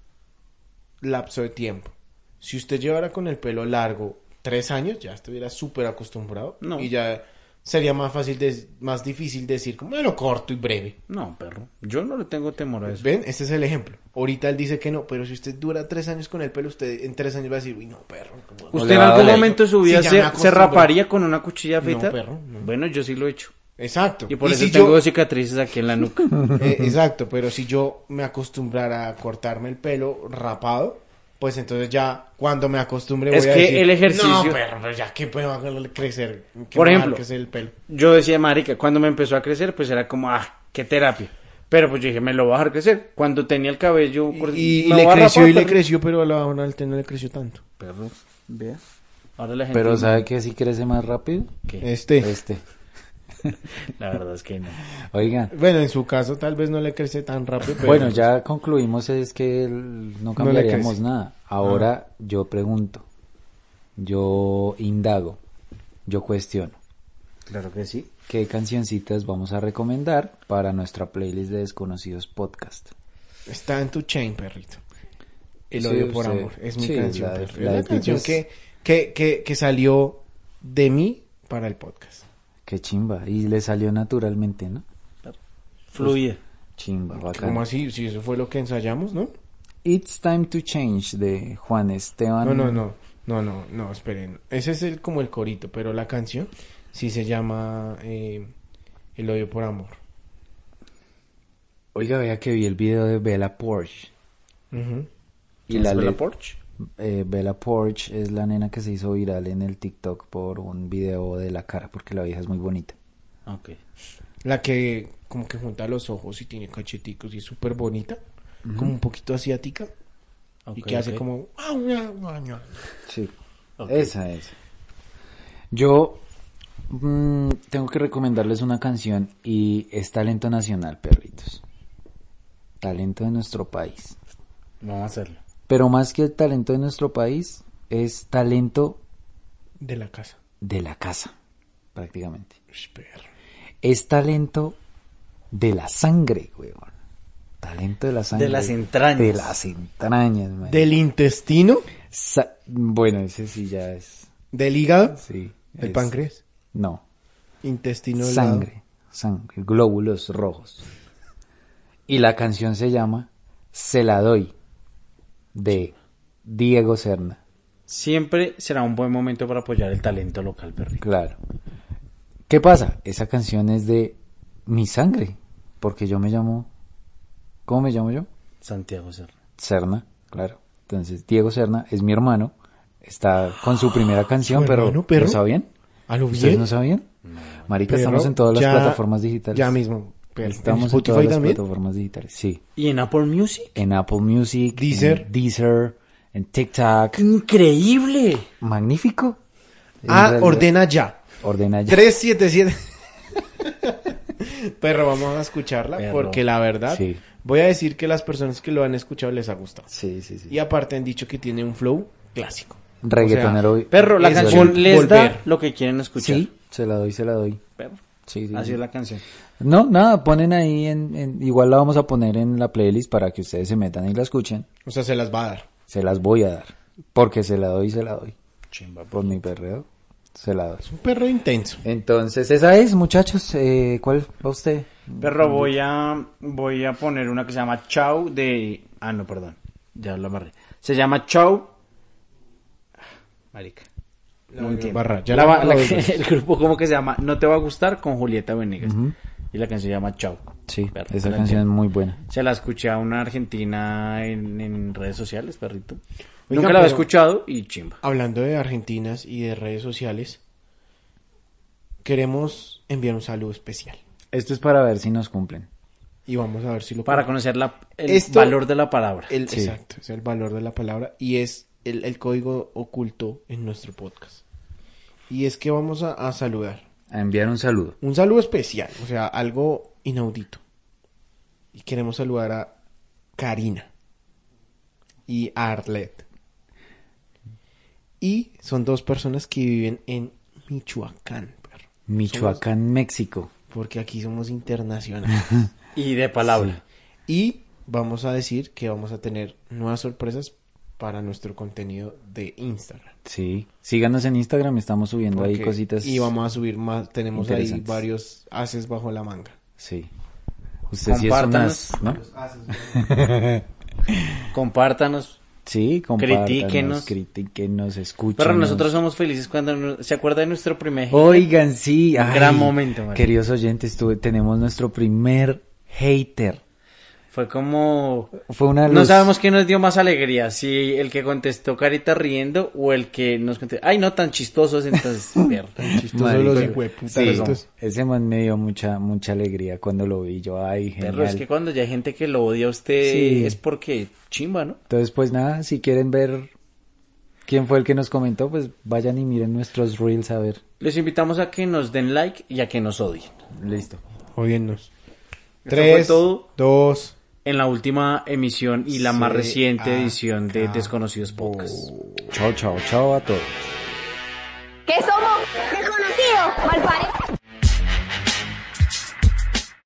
B: lapso de tiempo. Si usted llevara con el pelo largo tres años, ya estuviera súper acostumbrado
C: No.
B: y ya sería más fácil, de- más difícil decir como "Me lo corto y breve.
C: No, perro, yo no le tengo temor a eso.
B: Ven, este es el ejemplo. Ahorita él dice que no, pero si usted dura tres años con el pelo, usted en tres años va a decir, uy, no, perro. ¿cómo hago?".
C: ¿Usted
A: le
C: en
A: va a
C: algún
A: doler.
C: momento de su vida
B: Sí, ya me
C: se, se
B: acostumbré.
C: raparía con una cuchilla
B: No,
C: frita?
B: perro, no.
C: Bueno, yo sí lo he hecho.
B: Exacto.
C: Y por eso
B: si
C: tengo
B: yo-
C: cicatrices aquí en la nuca.
B: Eh, exacto, pero si yo me acostumbrara a cortarme el pelo rapado, pues entonces ya cuando me acostumbre voy
C: Es
B: a
C: que
B: decir,
C: el ejercicio-
B: No, perro, pero ya que puedo hacer crecer. ¿Qué
C: Por
B: me va a
C: ejemplo.
B: crecer el pelo.
C: Yo decía, marica, cuando me empezó a crecer, pues era como, ah, qué terapia. Pero pues yo dije, me lo voy a dejar crecer. Cuando tenía el cabello... corto,
B: Y, y
C: me
B: le
C: voy a
B: creció
C: rapar,
B: y le
C: perro.
B: creció, pero a la hora no le creció tanto.
C: Perro, vea. Ahora la gente...
A: Pero ¿sabe que si crece más rápido?
C: ¿Qué?
B: Este,
A: Este.
C: La verdad es que no.
A: Oigan.
B: bueno, en su caso tal vez no le crece tan rápido, pero
A: Bueno, ya concluimos es que el- no
B: No le crece. Ah.
A: cambiaríamos nada. Ahora yo pregunto, yo indago, yo cuestiono.
C: Claro que sí.
A: ¿Qué cancioncitas vamos a recomendar para nuestra playlist de Desconocidos Podcast?
B: está en tu chain, perrito. El
A: Sí,
B: odio por
A: sí.
B: amor, es mi
A: Sí,
B: canción,
A: la de-
B: perro. Es
A: la
B: la
A: de
B: canción
A: Pipas.
B: que, que, que, que salió de mí para el podcast.
A: Qué chimba. Y le salió naturalmente, ¿no?
C: Fluye.
A: Chimba, bacán.
B: ¿Cómo así? Si eso fue lo que ensayamos, ¿no?
A: It's Time to Change de Juan Esteban.
B: No, no, no. No, no, no, esperen. Ese es el, como el corito, pero la canción sí se llama eh, El odio por amor.
A: Oiga, vea que vi el video de Bella Porsche.
B: Ujú.
A: Y la
C: Bella
A: le-
C: Porch?
A: eh, Bella Porsche es la nena que se hizo viral en el TikTok por un video de la cara, porque la vieja es muy bonita.
C: Ah, Ok.
B: La que como que junta los ojos y tiene cacheticos y es súper bonita, como un poquito asiática, y
C: ok,
B: que hace
C: ok.
B: como... "Au, au, au, au".
A: Sí. Esa es. Yo mm, tengo que recomendarles una canción y es talento nacional, perritos. Talento de nuestro país.
C: Vamos a hacerlo.
A: Pero más que el talento de nuestro país, es talento
B: De la casa.
A: de la casa, prácticamente.
B: Ush, perro.
A: Es talento de la sangre, huevón. talento de la sangre.
C: De las entrañas.
A: De las entrañas, marica.
B: Del intestino,
A: Sa- bueno, ese sí ya es.
B: del hígado,
A: Sí.
B: del
A: es-
B: páncreas,
A: No.
B: intestino delgado.
A: sangre. Sangre. Glóbulos rojos. Y la canción se llama Se la doy. De Diego Serna.
C: Siempre será un buen momento para apoyar el talento local, perrito.
A: Claro. ¿Qué pasa? Esa canción es de mi sangre. Porque yo me llamo. ¿Cómo me llamo yo?
C: Santiago Serra.
A: Serna, claro. Entonces, Diego Serna es mi hermano. Está con su primera canción, pero
B: hermano, perro?
A: ¿lo sabían?
B: ¿A lo
A: ¿Ustedes
B: bien?
A: no sabían? Marica, estamos
B: Perro,
A: en todas las
B: ya-
A: plataformas digitales.
B: Ya mismo. Pero,
A: Estamos en,
B: ¿En Spotify
A: todas las
B: también?
A: plataformas digitales, sí.
C: ¿Y en Apple Music?
A: En Apple Music,
B: Deezer.
A: en Deezer, en TikTok.
C: ¡Increíble!
A: Magnífico. En
B: Ah,
A: realidad-
B: ordena ya.
A: Ordena ya.
B: 377. Pero vamos a escucharla
C: Perro.
B: porque la verdad
A: Sí.
B: voy a decir que las personas que lo han escuchado les ha gustado.
A: Sí, sí, sí.
B: Y aparte han dicho que tiene un flow clásico.
A: Reggaetonero.
B: O sea,
C: Perro, la
B: Es
C: canción
B: vol-
C: les da
B: volver.
C: lo que quieren escuchar.
A: Sí, se la doy, se la doy.
C: Perro.
A: Sí, sí,
C: Así
A: sí.
C: es la canción.
A: No, nada, ponen ahí en, en- Igual la vamos a poner en la playlist para que ustedes se metan y la escuchen.
B: O sea, se las va a dar.
A: Se las voy a dar. Porque se la doy, se la doy.
C: Chimba.
A: Por mi perreo, se la doy.
B: Es un perro intenso.
A: Entonces, esa es, muchachos. Eh, ¿Cuál va usted?
C: Perro, voy a, voy a poner una que se llama Chau de... Ah, no, perdón. Ya lo amarré. Se llama Chau... Marica. No entiendo.
B: barra, ya
C: La
B: la
C: ba-
B: barra
C: la
B: dos
C: que-
B: veces.
C: el grupo como que se llama No te va a gustar con Julieta Venegas. Y la canción se llama Chau.
A: Sí,
C: Perro,
A: esa
C: la
A: canción es
C: entiendo.
A: muy buena.
C: Se la escuché a una argentina en, en redes sociales, perrito.
B: Oiga,
C: Nunca la había
B: pero-
C: escuchado y chimba.
B: Hablando de argentinas y de redes sociales, queremos enviar un saludo especial.
A: Esto es para ver si nos cumplen.
B: Y vamos a ver si lo
C: Para conocer la, el
B: Esto-
C: valor de la palabra.
B: El,
A: Sí.
B: Exacto, es el valor de la palabra y es el, el código oculto en nuestro podcast. Y es que vamos a, a saludar.
A: A enviar un saludo.
B: Un saludo especial, o sea, algo inaudito. Y queremos saludar a Karina y a Arlet. Y son dos personas que viven en Michoacán, perro.
A: Michoacán, México.
B: Porque aquí somos internacionales.
C: Y de palabra.
B: Y vamos a decir que vamos a tener nuevas sorpresas para nuestro contenido de Instagram.
A: Sí. Síganos en Instagram, estamos subiendo ahí
B: Porque-
A: cositas.
B: Y vamos a subir más, tenemos ahí
A: interesantes.
B: varios haces bajo la manga.
A: Sí. Usted sí es un
C: Compártanos.
A: as, ¿no?
C: Compártanos.
A: Sí, compártanos,
C: Critíquenos.
A: critíquenos, escúchenos.
C: Pero nosotros somos felices cuando no- se acuerda de nuestro primer.
A: Oh. Oigan, sí.
C: Un
A: ay,
C: gran momento, marica.
A: Queridos oyentes, tuve- tenemos nuestro primer hater.
C: Fue como.
A: Fue una
C: No
A: luz.
C: sabemos qué nos dio más alegría, si el que contestó carita riendo o el que nos contestó. Ay, no tan chistosos, entonces. perro.
B: Chistosos
A: Marica.
B: los hijueputas
A: Sí,
B: estos.
A: ese man me dio mucha, mucha alegría cuando lo vi. Yo, ay, genial.
C: Perro, es que cuando ya hay gente que lo odia a usted
A: Sí.
C: es porque chimba, ¿no?
A: Entonces, pues nada, si quieren ver quién fue el que nos comentó, pues vayan y miren nuestros reels a ver.
C: Les invitamos a que nos den like y a que nos odien.
A: Listo.
B: Jodiéndonos.
C: fue
B: Tres,
C: todo.
B: dos.
C: En la última emisión y la más
B: Se
A: Ah,
C: reciente edición de
B: acabó.
C: Desconocidos Podcast.
A: Chao, chao, chao a todos.
D: ¿Qué somos? Desconocidos, malparidos.